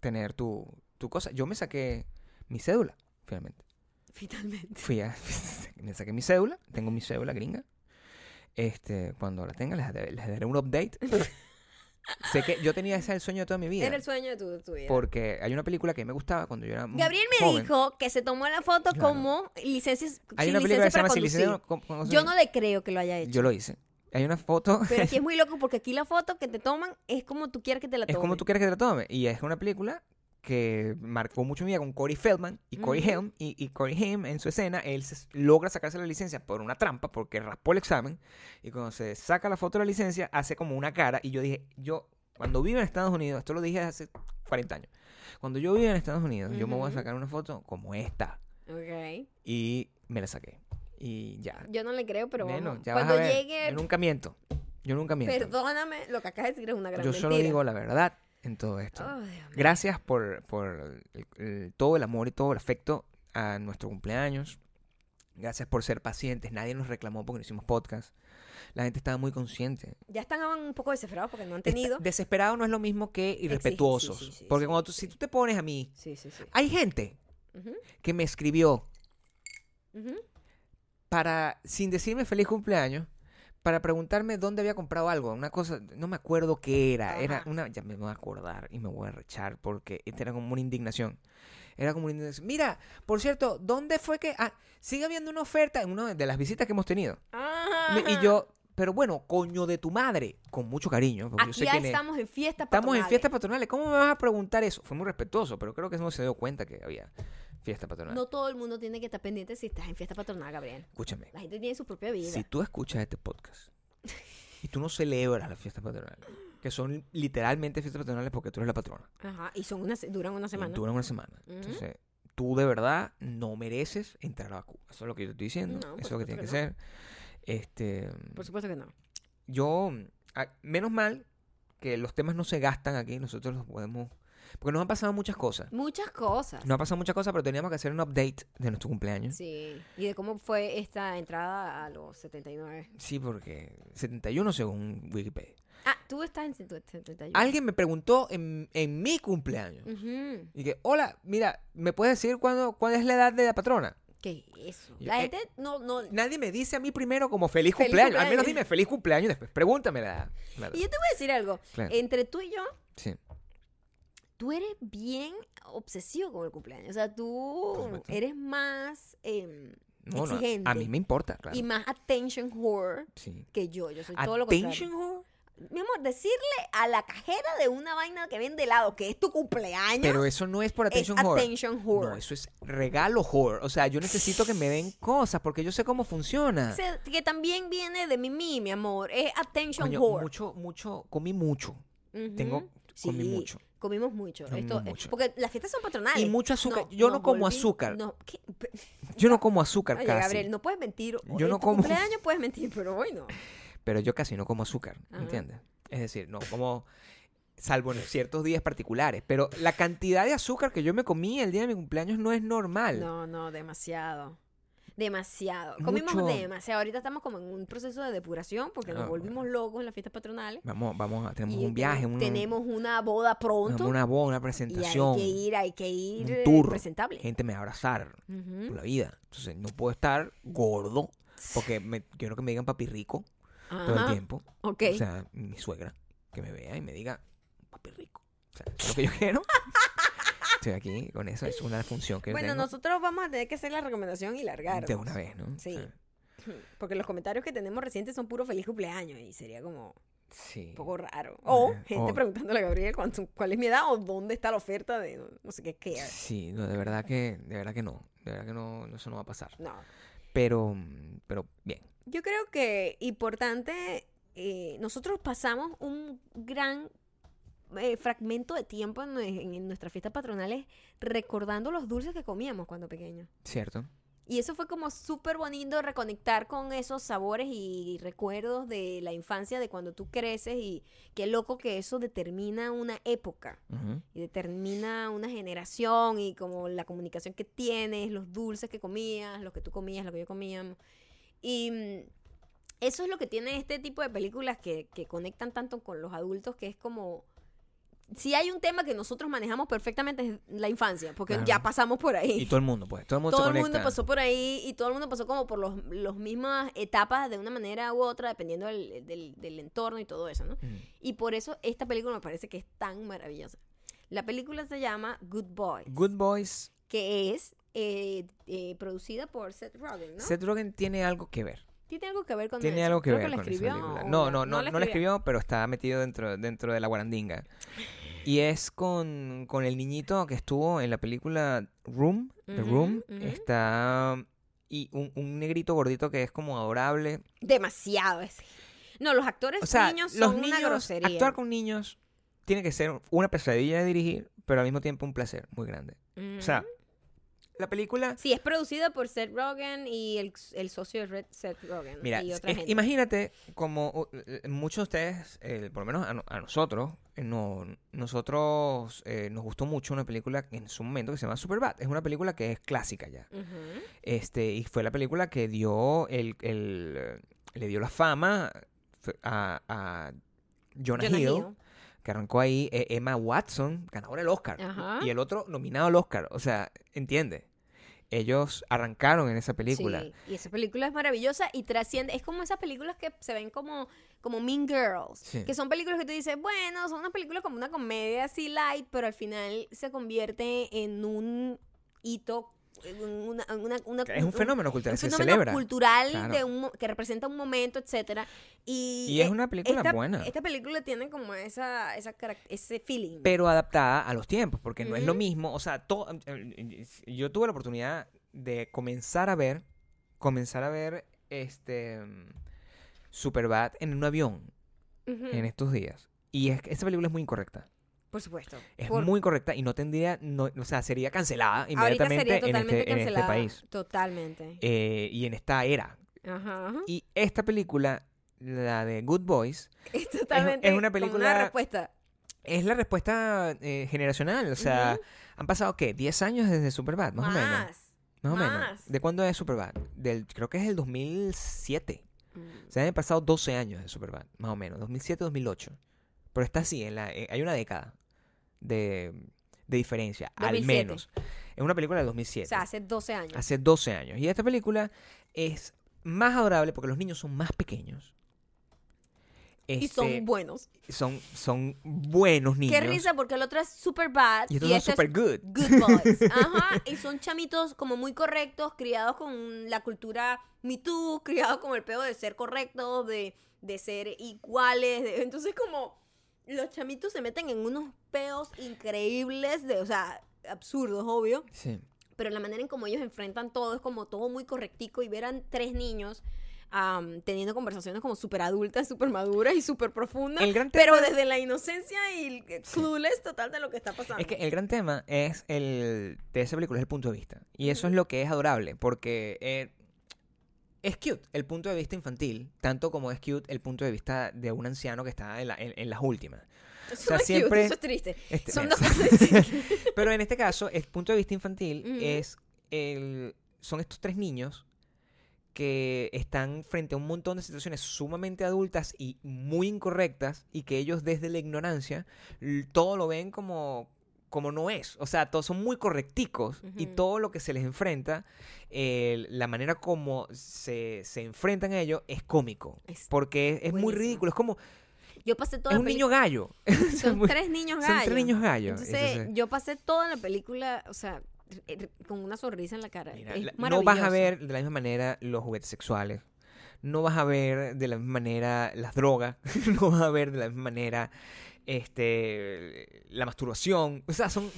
tener tu, tu cosa. Yo me saqué mi cédula, finalmente.
Finalmente.
Fui a, me saqué mi cédula, tengo mi cédula gringa. Este, cuando la tenga les, daré- les daré un update. sé que yo tenía ese el sueño de toda mi vida.
Era el sueño de tu, tu vida.
Porque hay una película que me gustaba cuando yo era muy
Gabriel me
joven.
dijo que se tomó la foto
Claro.
como licencias,
Hay
sin
una película
licencia
que se
para
llama Sin
conducir.
licencia con- con-
Yo no le creo que lo haya hecho.
Yo lo hice. Hay una foto
Pero aquí es muy loco porque aquí la foto que te toman es como tú quieras que te la
Es
tomen.
como tú quieres que te la tome. Y es una película que marcó mucho mi vida con Corey Feldman y Corey
Ujú.
Helm. Y, y Corey Helm, en su escena, él se- logra sacarse la licencia por una trampa porque raspó el examen. Y cuando se saca la foto de la licencia, hace como una cara. Y yo dije, yo, cuando vivo en Estados Unidos, esto lo dije hace 40 años. Cuando yo vivo en Estados Unidos, yo me voy a
Ujú.
sacar una foto como esta.
Ok.
Y me la saqué. Y ya.
Yo no le creo, pero
Ah. Neno,
vamos.
ya vas a
Cuando
ver.
llegue,
Yo nunca miento. Yo nunca miento.
perdóname, lo que acabas de decir es una gran
yo
mentira.
solo digo la verdad en todo esto.
Oh, Dios mío.
Gracias por, por el- el- todo el amor y todo el afecto a nuestro cumpleaños. Gracias por ser pacientes. Nadie nos reclamó porque no hicimos podcast. La gente estaba muy consciente.
Ya están un poco desesperados porque no han
Está-
tenido.
Desesperado no es lo mismo que irrespetuosos.
sí, sí,
porque
sí,
cuando tú-
sí.
si tú te pones a mí,
Sí, sí, sí.
hay gente
Ujú,
que me escribió
ujú.
para, sin decirme feliz cumpleaños, para preguntarme dónde había comprado algo. Una cosa, no me acuerdo qué era. Era
Ajá.
una, ya me voy a acordar y me voy a rechar porque esta era como una indignación. Era como una indignación. Mira, por cierto, ¿dónde fue que.? Ah, sigue habiendo una oferta en una de las visitas que hemos tenido. Me- Y
Ajá.
yo, pero bueno, coño de tu madre, con mucho cariño. Porque yo
Aquí
sé
ya
quién es.
estamos en fiestas
Estamos en
patronales.
fiestas patronales. ¿Cómo me vas a preguntar eso? Fue muy respetuoso, pero creo que no se dio cuenta que había fiesta patronal.
No todo el mundo tiene que estar pendiente si estás en fiesta patronal, Gabriel.
Escúchame.
La gente tiene su propia vida.
Si tú escuchas este podcast y tú no celebras las fiestas patronales, que son literalmente fiestas patronales porque tú eres la patrona,
Ajá, y son una, se- duran una
y
semana.
duran una semana.
Ujú.
Entonces, tú de verdad no mereces entrar a la Q. Eso es lo que yo te estoy diciendo.
No, por
Eso es lo que tiene que
supuesto
ser. Este,
Por supuesto que no.
yo, a- menos mal que los temas no se gastan aquí, nosotros los podemos. Porque nos han pasado muchas cosas.
Muchas cosas.
Nos han pasado muchas cosas, pero teníamos que hacer un update de nuestro cumpleaños.
Sí. Y de cómo fue esta entrada a los 79.
Sí, porque 71 según Wikipedia.
Ah, tú estás en 71.
Alguien me preguntó en, en mi cumpleaños.
Ujú.
Y que, hola, mira, ¿me puedes decir cuándo, cuál es la edad de la patrona?
¿Qué es eso?
Yo-
La
eh,
gente no, no. Y
Nadie me dice a mí primero como feliz,
Feliz
cumpleaños. Al
cumpleaños.
menos dime feliz cumpleaños y después pregúntame la edad. Claro,
yo te voy a decir algo.
claro,
Entre tú y yo,
sí.
tú eres bien obsesivo con el cumpleaños. O sea,
Por
tú
supuesto.
eres más em,
No, no,
exigente.
a mí me importa, claro.
y más attention whore
Sí.
que yo. Yo soy todo lo contrario.
Attention whore.
mi amor, decirle a la cajera de una vaina que vende helado que es tu cumpleaños
Pero eso no es por
es
attention whore.
attention whore.
No, eso es regalo whore. O sea, yo necesito que me den cosas porque yo sé cómo funciona.
Se- que también viene de mimi, mi amor. Es attention
Coño,
whore.
mucho, mucho, comí mucho.
Ujú.
Tengo, comí
Sí,
mucho.
Comimos mucho.
Comí
Esto-
mucho.
Porque las fiestas son patronales.
Y mucho azúcar. Yo no
nos
como
volvi-
azúcar.
No, ¿qué? Pe-
Yo no como azúcar
Oye,
casi.
Gabriel, no puedes mentir.
Yo
En
no
tu
como-
cumpleaños puedes mentir, pero hoy no.
Pero yo casi no como azúcar,
Ajá.
¿entiendes? Es decir, no como salvo en ciertos días particulares, pero la cantidad de azúcar que yo me comí el día de mi cumpleaños no es normal.
No, no, demasiado. Demasiado. Comimos
Mucho.
demasiado. Ahorita estamos como en un proceso de depuración porque
Ah,
nos volvimos locos en las fiestas patronales.
Vamos, vamos, a- tenemos
Y
un viaje,
tenemos-
un-
Tenemos una boda
tenemos
pronto.
una boda,
y
una
hay
presentación,
que ir, hay que ir eh,
un tour,
presentable.
gente me va a abrazar
Ujú.
por la vida. Entonces, no puedo estar gordo porque me, quiero que me digan papi rico todo el
Ajá,
tiempo.
Ok.
O sea, mi suegra que me vea y me diga papi rico. O sea, es lo que yo quiero. Estoy aquí con eso, es una función que yo
bueno,
tengo.
nosotros vamos a tener que hacer la recomendación y largar.
De una vez, ¿no? O
Sí.
sea,
Porque los comentarios que tenemos recientes son puro feliz cumpleaños y sería como
sí.
un poco raro. O
Ajá.
gente
O-
preguntándole a Gabriel cuánto- cuál es mi edad o dónde está la oferta de no, no sé qué care.
Sí, no, de verdad que, de verdad que no. De verdad que no, no, eso no va a pasar.
No.
Pero, mm, pero bien.
Yo creo que importante, eh, nosotros pasamos un gran eh, fragmento de tiempo en, nue- en nuestras fiestas patronales recordando los dulces que comíamos cuando pequeños.
Cierto.
Y eso fue como súper bonito reconectar con esos sabores y recuerdos de la infancia, de cuando tú creces y qué loco que eso determina una época
Ujú.
y determina una generación y como la comunicación que tienes, los dulces que comías, los que tú comías, lo que yo comíamos. Y mm, eso es lo que tiene este tipo de películas que, que conectan tanto con los adultos, que es como... Si hay un tema que nosotros manejamos perfectamente es la infancia, porque
Claro.
ya pasamos por ahí
Y todo el mundo, pues. Todo el mundo
todo
se
el
conecta.
mundo pasó por ahí y todo el mundo pasó como por los, los mismas etapas de una manera u otra, dependiendo del, del- del entorno y todo eso, ¿no?
Mm.
Y por eso esta película me parece que es tan maravillosa. La película se llama Good Boy,
Good Boys.
que es eh, eh, producida por Seth Rogen, ¿no?
Seth Rogen tiene algo que ver.
¿Tiene algo que ver con
Tiene
eso?
algo que
Creo
ver
la
con esa
escribió
película.
o
No, no, no,
la
no la escribió, pero está metido dentro, dentro de la guarandinga. Y es con, con el niñito que estuvo en la película Room. The
Ujú,
Room.
ujú.
Está. Y un, un negrito gordito que es como adorable.
Demasiado ese. No, los actores
O sea,
niños son
los
una
niños,
grosería.
actuar con niños tiene que ser una pesadilla de dirigir, pero al mismo tiempo un placer muy grande. O sea,
Ujú.
la película,
Sí, es producida por Seth Rogen y el, el socio de Red Seth Rogen.
mira,
y
es-
otra gente.
imagínate como uh, eh, muchos de ustedes, eh, por lo menos a, no- a nosotros, eh, no, nosotros eh, nos gustó mucho una película en su momento que se llama Superbad. Es una película que es clásica ya.
Ujú.
Este, y fue la película que dio el, el, eh, le dio la fama a, a Jonah,
Jonah
Hill.
Hill.
que arrancó ahí eh, Emma Watson, ganadora del Oscar,
Ajá.
y el otro nominado al Oscar. O sea, entiende. Ellos arrancaron en esa película.
Sí, y esa película es maravillosa y trasciende. Es como esas películas que se ven como, como Mean Girls.
Sí.
Que son películas que tú dices, bueno, son una película como una comedia así light, pero al final se convierte en un hito. en una- en una- una-
Que es un fenómeno cultural,
un
se
fenómeno
celebra.
cultural
Claro.
de un mo- que representa un momento, etcétera. Y,
Y es
eh,
una película
esta-
buena.
Esta película tiene como esa, esa carac- ese feeling.
Pero adaptada a los tiempos, porque no es lo
Ujú.
mismo. O sea, to- eh, eh, yo tuve la oportunidad de comenzar a ver, comenzar a ver este mm, Superbad en un avión
Ujú,
en este estos días. Y es que esta película es muy incorrecta.
Por supuesto.
Es
Por-
muy incorrecta y no tendría, no- o sea, sería cancelada
ahorita
inmediatamente
sería
en
totalmente
este- en este
cancelada.
país.
Totalmente.
eh, y en esta era.
Ajá.
Y esta película, la de Good Boys,
Es totalmente
es una
como
película-
respuesta.
es la respuesta eh, generacional. O sea, han pasado, ¿qué? 10 años desde Superbad, más, o menos. Más, o menos.
más.
¿De cuándo es Superbad? Del, creo que es el 2007.
Mm.
O sea, han pasado 12 años de Superbad, más o menos. 2007-2008. Pero está así, en la, eh, hay una década de, de diferencia,
2007.
al menos. Es una película del 2007.
O sea, hace 12 años.
hace 12 años. Y esta película es más adorable porque los niños son más pequeños.
y
Este,
son buenos.
son, son buenos niños.
Qué risa, porque el otro es super bad.
Y estos son
este es
super good.
Good boys. Ajá. Y son chamitos como muy correctos, criados con la cultura Me Too, criados con el pedo de ser correctos, de, de ser iguales. de- entonces, como los chamitos se meten en unos pedos increíbles, de, o sea, absurdos, obvio.
Sí.
Pero la manera en como ellos enfrentan todo es como todo muy correctico y verán tres niños. am, teniendo conversaciones como súper adultas, súper maduras y súper profundas,
El gran
pero
tema-
desde la inocencia y el clueless total de lo que está pasando.
Es que el gran tema es el de esa película es el punto de vista. Y eso es lo que es adorable, porque eh, es cute el punto de vista infantil, tanto como es cute el punto de vista de un anciano que está en, la- en- en las últimas.
Eso
O sea,
no es cute,
siempre-
eso es triste.
Este,
Son
mira,
dos cosas distintas.
Pero en este caso, el punto de vista infantil
Ujú.
es el, son estos tres niños que están frente a un montón de situaciones sumamente adultas y muy incorrectas y que ellos desde la ignorancia l- todo lo ven como como no es, o sea, todos son muy correcticos y
Ujú.
todo lo que se les enfrenta, eh, la manera como se, se enfrentan a ello es cómico,
Es
porque es, es muy
buenísimo.
ridículo, es como,
Este, Yo pasé toda
es
la
un
peli-
niño gallo, O sea,
Son
muy-
tres niños
son
gallos.
tres niños gallos.
Entonces,
entonces-
yo pasé toda la película, o sea, eh, r- con una sonrisa en la cara.
Mira,
Es
la- no
maravilloso.
vas a ver de la misma manera los juguetes sexuales. No vas a ver de la misma manera las drogas. no vas a ver de la misma manera este, la masturbación. O sea, son.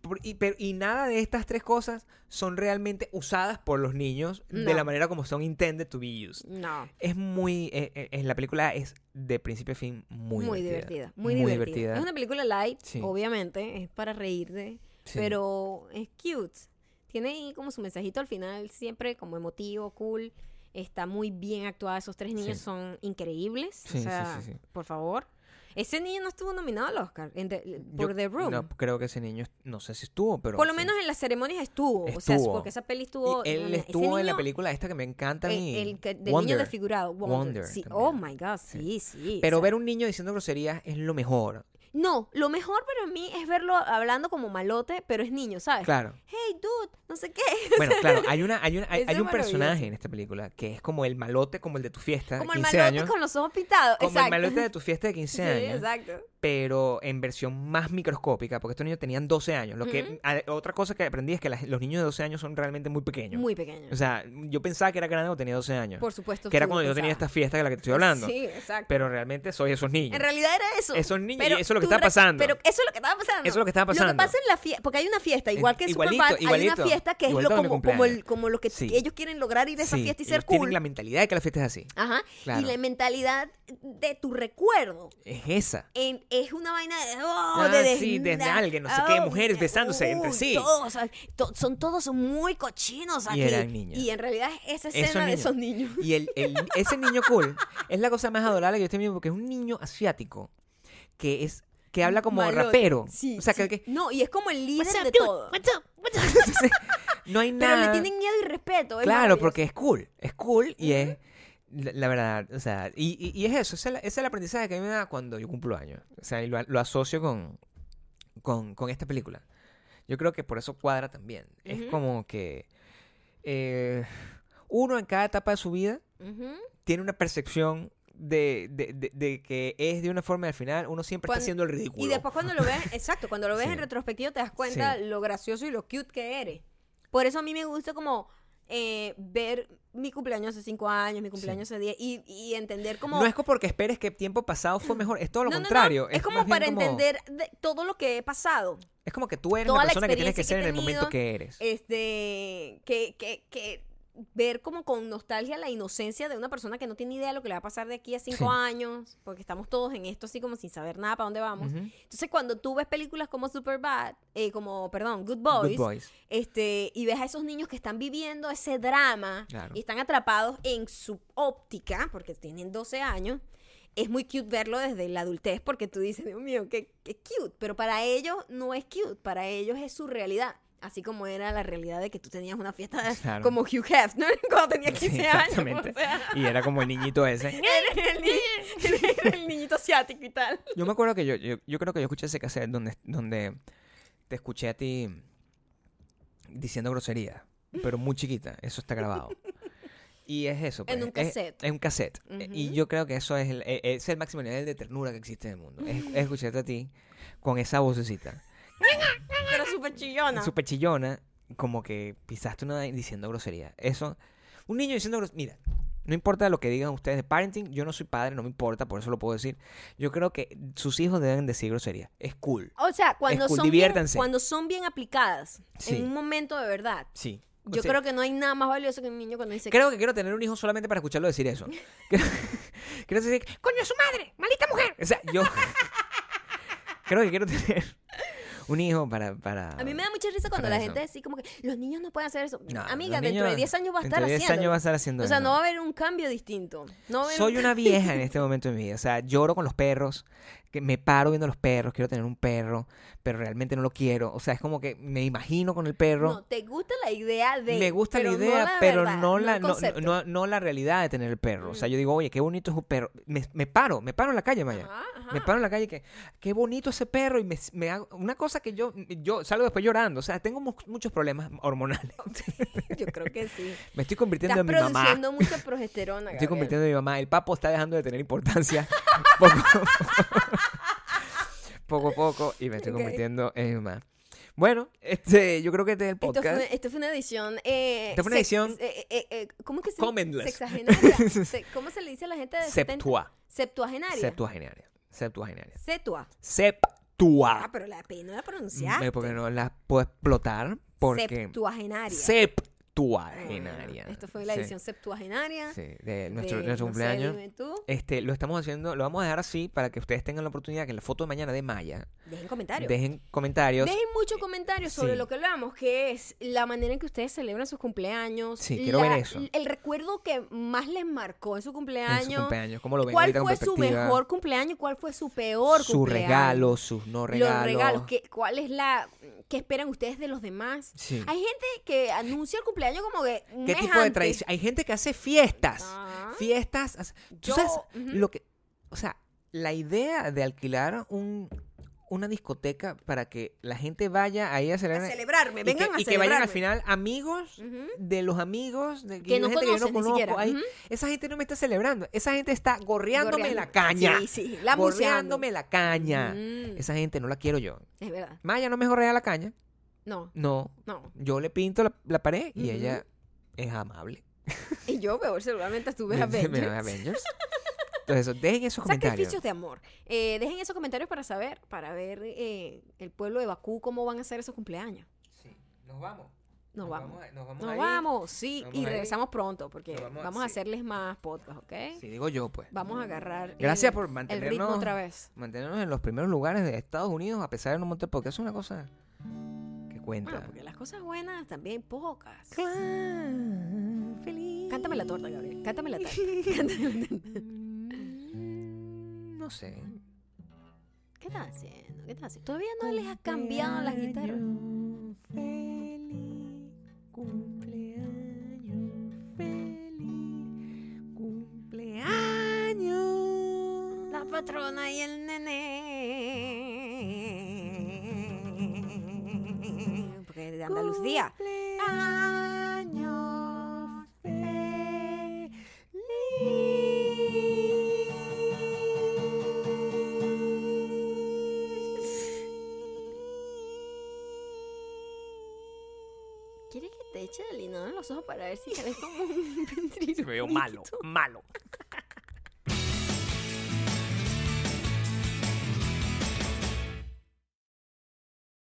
por- y, pero- y nada de estas tres cosas son realmente usadas por los niños de
No.
la manera como son intended to be used.
No,
Es muy. eh, eh, eh, la película es de principio a fin muy,
muy, divertida. Muy, divertida. Es una película light,
Sí.
obviamente, es para reírte,
Sí.
pero es cute. Tiene ahí como su mensajito al final, siempre como emotivo, cool. Está muy bien actuada. Esos tres niños
Sí.
son increíbles.
Sí,
o
sí,
sea,
sí, sí.
por favor. Ese niño no estuvo nominado al Oscar en The-
Yo-
por The Room.
No, creo que ese niño. No sé si estuvo, pero.
Por lo
sí.
menos en las ceremonias estuvo. O sea,
Estuvo.
porque esa peli
Y
estuvo.
él
no, ese
estuvo en la
niño,
película esta que me encanta a
el-
mí,
el que- del
Wonder.
niño desfigurado. Wonder.
Wonder
sí.
también.
Oh my God, sí, sí.
Pero
o sea,
ver un niño diciendo groserías es lo mejor.
No, lo mejor para mí es verlo hablando como malote, pero es niño, ¿sabes?
Claro.
Hey, dude, no sé qué.
Bueno, claro, hay una, hay una, hay,
Eso
hay
es
un personaje
maravilloso.
en esta película que es como el malote, como el de tu fiesta de
Como el
15
malote
años.
con los ojos pintados.
Como
exacto.
el malote de tu fiesta de 15
Sí,
años,
exacto.
pero en versión más microscópica, porque estos niños tenían 12 años. Lo que
Ujú.
a- otra cosa que aprendí es que las- los niños de 12 años son realmente muy pequeños.
Muy pequeño.
O sea, yo pensaba que era grande cuando tenía 12 años,
Por supuesto.
que era
tú
cuando yo tenía esta
pensabas.
fiesta de la que te estoy hablando.
Sí, exacto.
Pero realmente soy esos niños.
En realidad era eso.
Esos niños,
Pero
y eso es lo que
tú
está
re-
pasando.
Pero eso es lo que estaba pasando.
Eso es lo que estaba
Lo
pasando.
que pasa en la fiesta, porque hay una fiesta, igual que en
Igualito,
Superbad, hay
igualito.
una fiesta que es
Igualito
lo,
a mi
como, como, el,
cumpleaños.
como lo que
Sí.
ellos quieren lograr ir a esa
Sí,
fiesta y ser
ellos tienen
cool.
la mentalidad de que la fiesta es así.
Ajá.
Claro.
Y la mentalidad de tu recuerdo.
Es esa.
en- es una vaina de. Oh,
Ah,
de des-
sí, desde alguien, no sé qué, mujeres
eh,
besándose entre sí.
todos, ah, to- son todos muy cochinos aquí.
eran niños.
Y en realidad es esa
Esos
escena de
niños.
esos niños.
Y el, el- ese niño cool es la cosa más adorable que yo estoy viendo porque es un niño asiático que es que habla como
Malote.
rapero.
Sí,
o sea,
sí.
que, que-
No, y es como el líder de todo.
no hay
Pero
nada.
le tienen miedo y respeto. es
Claro,
maravilloso.
porque es cool. Es cool y es. La, la verdad, o sea, y, y- y es eso, ese es, el- ese es el aprendizaje que a mí me da cuando yo cumplo años. O sea, y lo, lo asocio con, con, con esta película. Yo creo que por eso cuadra también. Es
Ujú.
como que eh, uno en cada etapa de su vida
Ujú.
tiene una percepción de, de- de- de que es de una forma y al final uno siempre
Cuando-
está haciendo el ridículo.
Y después cuando lo ves, exacto, cuando lo ves
Sí.
en retrospectiva te das cuenta
Sí.
lo gracioso y lo cute que eres. Por eso a mí me gusta como eh, ver mi cumpleaños hace 5 años, mi cumpleaños hace 10 y, y entender como...
No es co- porque esperes que tiempo pasado fue mejor, es todo lo
No, no, no,
contrario.
Es,
más
como
bien
para entender de- todo lo que he pasado.
Es como que tú eres
toda
la
la
persona que tienes que
experiencia
ser
que
en
he
el momento
tenido,
que eres.
Este, que, que, que ver como con nostalgia la inocencia de una persona que no tiene idea de lo que le va a pasar de aquí a 5
Sí.
años, porque estamos todos en esto así como sin saber nada para dónde vamos.
Ujú.
Entonces, cuando tú ves películas como Superbad, eh, como, perdón, Good Boys,
Good boys.
este, y ves a esos niños que están viviendo ese drama
Claro.
y están atrapados en su óptica, porque tienen 12 años, es muy cute verlo desde la adultez, porque tú dices, Dios mío, qué, qué cute, pero para ellos no es cute, para ellos es su realidad. Así como era la realidad de que tú tenías una fiesta de-
Claro.
como Hugh Hefner cuando tenía 15
Sí,
años.
exactamente.
o sea,
Y era como el niñito ese.
era el, niño- era el niñito asiático y tal.
Yo me acuerdo que yo, yo, yo creo que yo escuché ese cassette donde, donde te escuché a ti diciendo grosería, pero muy chiquita. Eso está grabado. Y es eso. pues,
En un
es-
cassette.
Es, un cassette. E,
Ujú.
Y yo creo que eso es el, e- es el máximo nivel de ternura que existe en el mundo. Es, es escucharte a ti con esa vocecita.
Pero súper chillona.
Súper chillona, como que pisaste una diciendo grosería. Eso. Un niño diciendo grosería. Mira, no importa lo que digan ustedes de parenting, yo no soy padre, no me importa, por eso lo puedo decir. Yo creo que sus hijos deben decir grosería. Es cool.
O sea, cuando,
cool,
son bien,
diviértanse.
cuando son bien aplicadas,
Sí.
en un momento de verdad,
Sí. O
yo
sea,
creo que no hay nada más valioso que un niño cuando dice...
Creo que quiero tener un hijo solamente para escucharlo decir eso. quiero decir, coño, su madre, maldita mujer. O sea, yo creo que quiero tener un hijo para... para...
A mí me da mucha risa cuando
para
la
eso.
gente dice como que los niños no pueden hacer eso.
No,
Amiga,
los
dentro
niños-
de 10 años va a estar
Dentro de 10
haciendo.
años va a estar haciendo
o sea,
eso.
no va a haber un cambio distinto. No va a haber
Soy
un-
una vieja en este momento de mi vida. O sea, lloro con los perros, que me paro viendo los perros, quiero tener un perro, pero realmente no lo quiero. O sea, es como que me imagino con el perro.
No, te gusta la idea de...
me gusta la
pero no
idea, pero
verdad,
no
el
la, no,
concepto. Mm.
no- no la realidad de tener el perro. O sea, yo digo, oye, qué bonito es un perro. Me, me paro, me paro en la calle, Maya.
Ajá, ajá.
Me paro en la calle y que, qué bonito ese perro. Y me, me hago una cosa que yo, yo salgo después llorando. O sea, tengo mu- muchos problemas hormonales.
Yo creo que sí.
Me estoy convirtiendo
Estás
en mi mamá.
produciendo mucha progesterona,
Me estoy
Gabriel.
convirtiendo en mi mamá. El papo está dejando de tener importancia. poco, a poco. poco a poco. Y me estoy
Ok.
convirtiendo en mi mamá. Bueno, este, yo creo que este es el
Esto fue,
podcast.
una, esto fue una edición. Eh,
Esto fue una
sex-
edición-
eh, eh, eh, ¿Cómo que se
Commentless.
sexagenaria? Se- ¿Cómo se le dice a la gente de 70?
Septua.
Septuagenaria.
Septuagenaria. Septuagenaria.
Septua. Ah, pues
Septua.
pero la P no la
Me-
pronunciaste.
Porque no las puedo explotar. Porque.
Septuagenaria.
Septuagenaria.
Ah, esto fue la
Sí.
edición septuagenaria.
Sí, de
de
nuestro, nuestro
no sé,
cumpleaños.
dime tú.
este, lo estamos haciendo, lo vamos a dejar así para que ustedes tengan la oportunidad que en la foto de mañana de Maya
Dejen comentarios.
dejen comentarios.
Dejen muchos comentarios sobre
sí.
lo que hablamos, que es la manera en que ustedes celebran sus cumpleaños.
Sí, quiero
la-
ver eso.
El recuerdo que más les marcó en su
en
cumpleaños.
su cumpleaños, cómo lo ven
¿Cuál
ahorita con
fue su
perspectiva,
mejor cumpleaños? ¿Cuál fue su peor
su
cumpleaños?
regalo, sus no regalos.
Los regalos. ¿qué, ¿Cuál es la. ¿Qué esperan ustedes de los demás?
Sí.
Hay gente que anuncia el cumpleaños como que. un
¿Qué
mes
tipo de
antes.
tradición? Hay gente que hace fiestas.
Ah.
Fiestas. hace- ¿Tú
Yo-
sabes
ujú.
lo que. O sea, la idea de alquilar un, una discoteca para que la gente vaya ahí a celebrar.
A celebrarme,
y
vengan
que,
a
y que vayan al
celebrarme.
final amigos
Ujú.
de los amigos de
Que no
gente que yo
conoces
no
ni
conozco.
siquiera,
ahí.
ujú.
Esa gente no me está celebrando. Esa gente está gorreándome
Gorreando.
la caña.
Sí, sí, la museando.
gorreándome la caña.
Mm.
Esa gente no la quiero yo.
Es verdad.
Maya no me gorrea la caña.
No,
No,
no.
yo le pinto la, la pared y
Ujú.
ella es amable.
Y yo peor, seguramente estuve
Me-
a
me- me- Avengers. Entonces, eso, dejen esos comentarios.
Sacrificios de amor. Eh, dejen esos comentarios para saber, para ver eh, el pueblo de Bakú cómo van a hacer esos cumpleaños.
Sí, nos vamos.
Nos, vamos.
Nos vamos.
Nos
ahí.
vamos, sí. y
Nos vamos ahí.
regresamos pronto porque
Nos
vamos,
vamos,
a
sí.
hacerles más podcast, ¿ok?
Sí, digo yo, pues.
Vamos a agarrar.
Gracias
el-
por
El ritmo
mantenernos,
otra vez.
mantenernos en los primeros lugares de Estados Unidos a pesar de no montar porque es una cosa que cuenta.
Bueno, porque las cosas buenas también pocas.
Claro, feliz.
Cántame la torta, Gabriel. Cántame la torta. Cántame la torta.
Mm, No sé.
¿Qué estás haciendo? ¿Qué estás haciendo? Todavía no les has cambiado las guitarras.
Feliz cumpleaños, feliz cumpleaños.
La patrona y el nene. Porque de Andalucía.
Cumpleaños feliz.
¿Quieres que te eche el inodoro en los ojos para ver si eres como un ventriloquio?
Me veo malo, malo.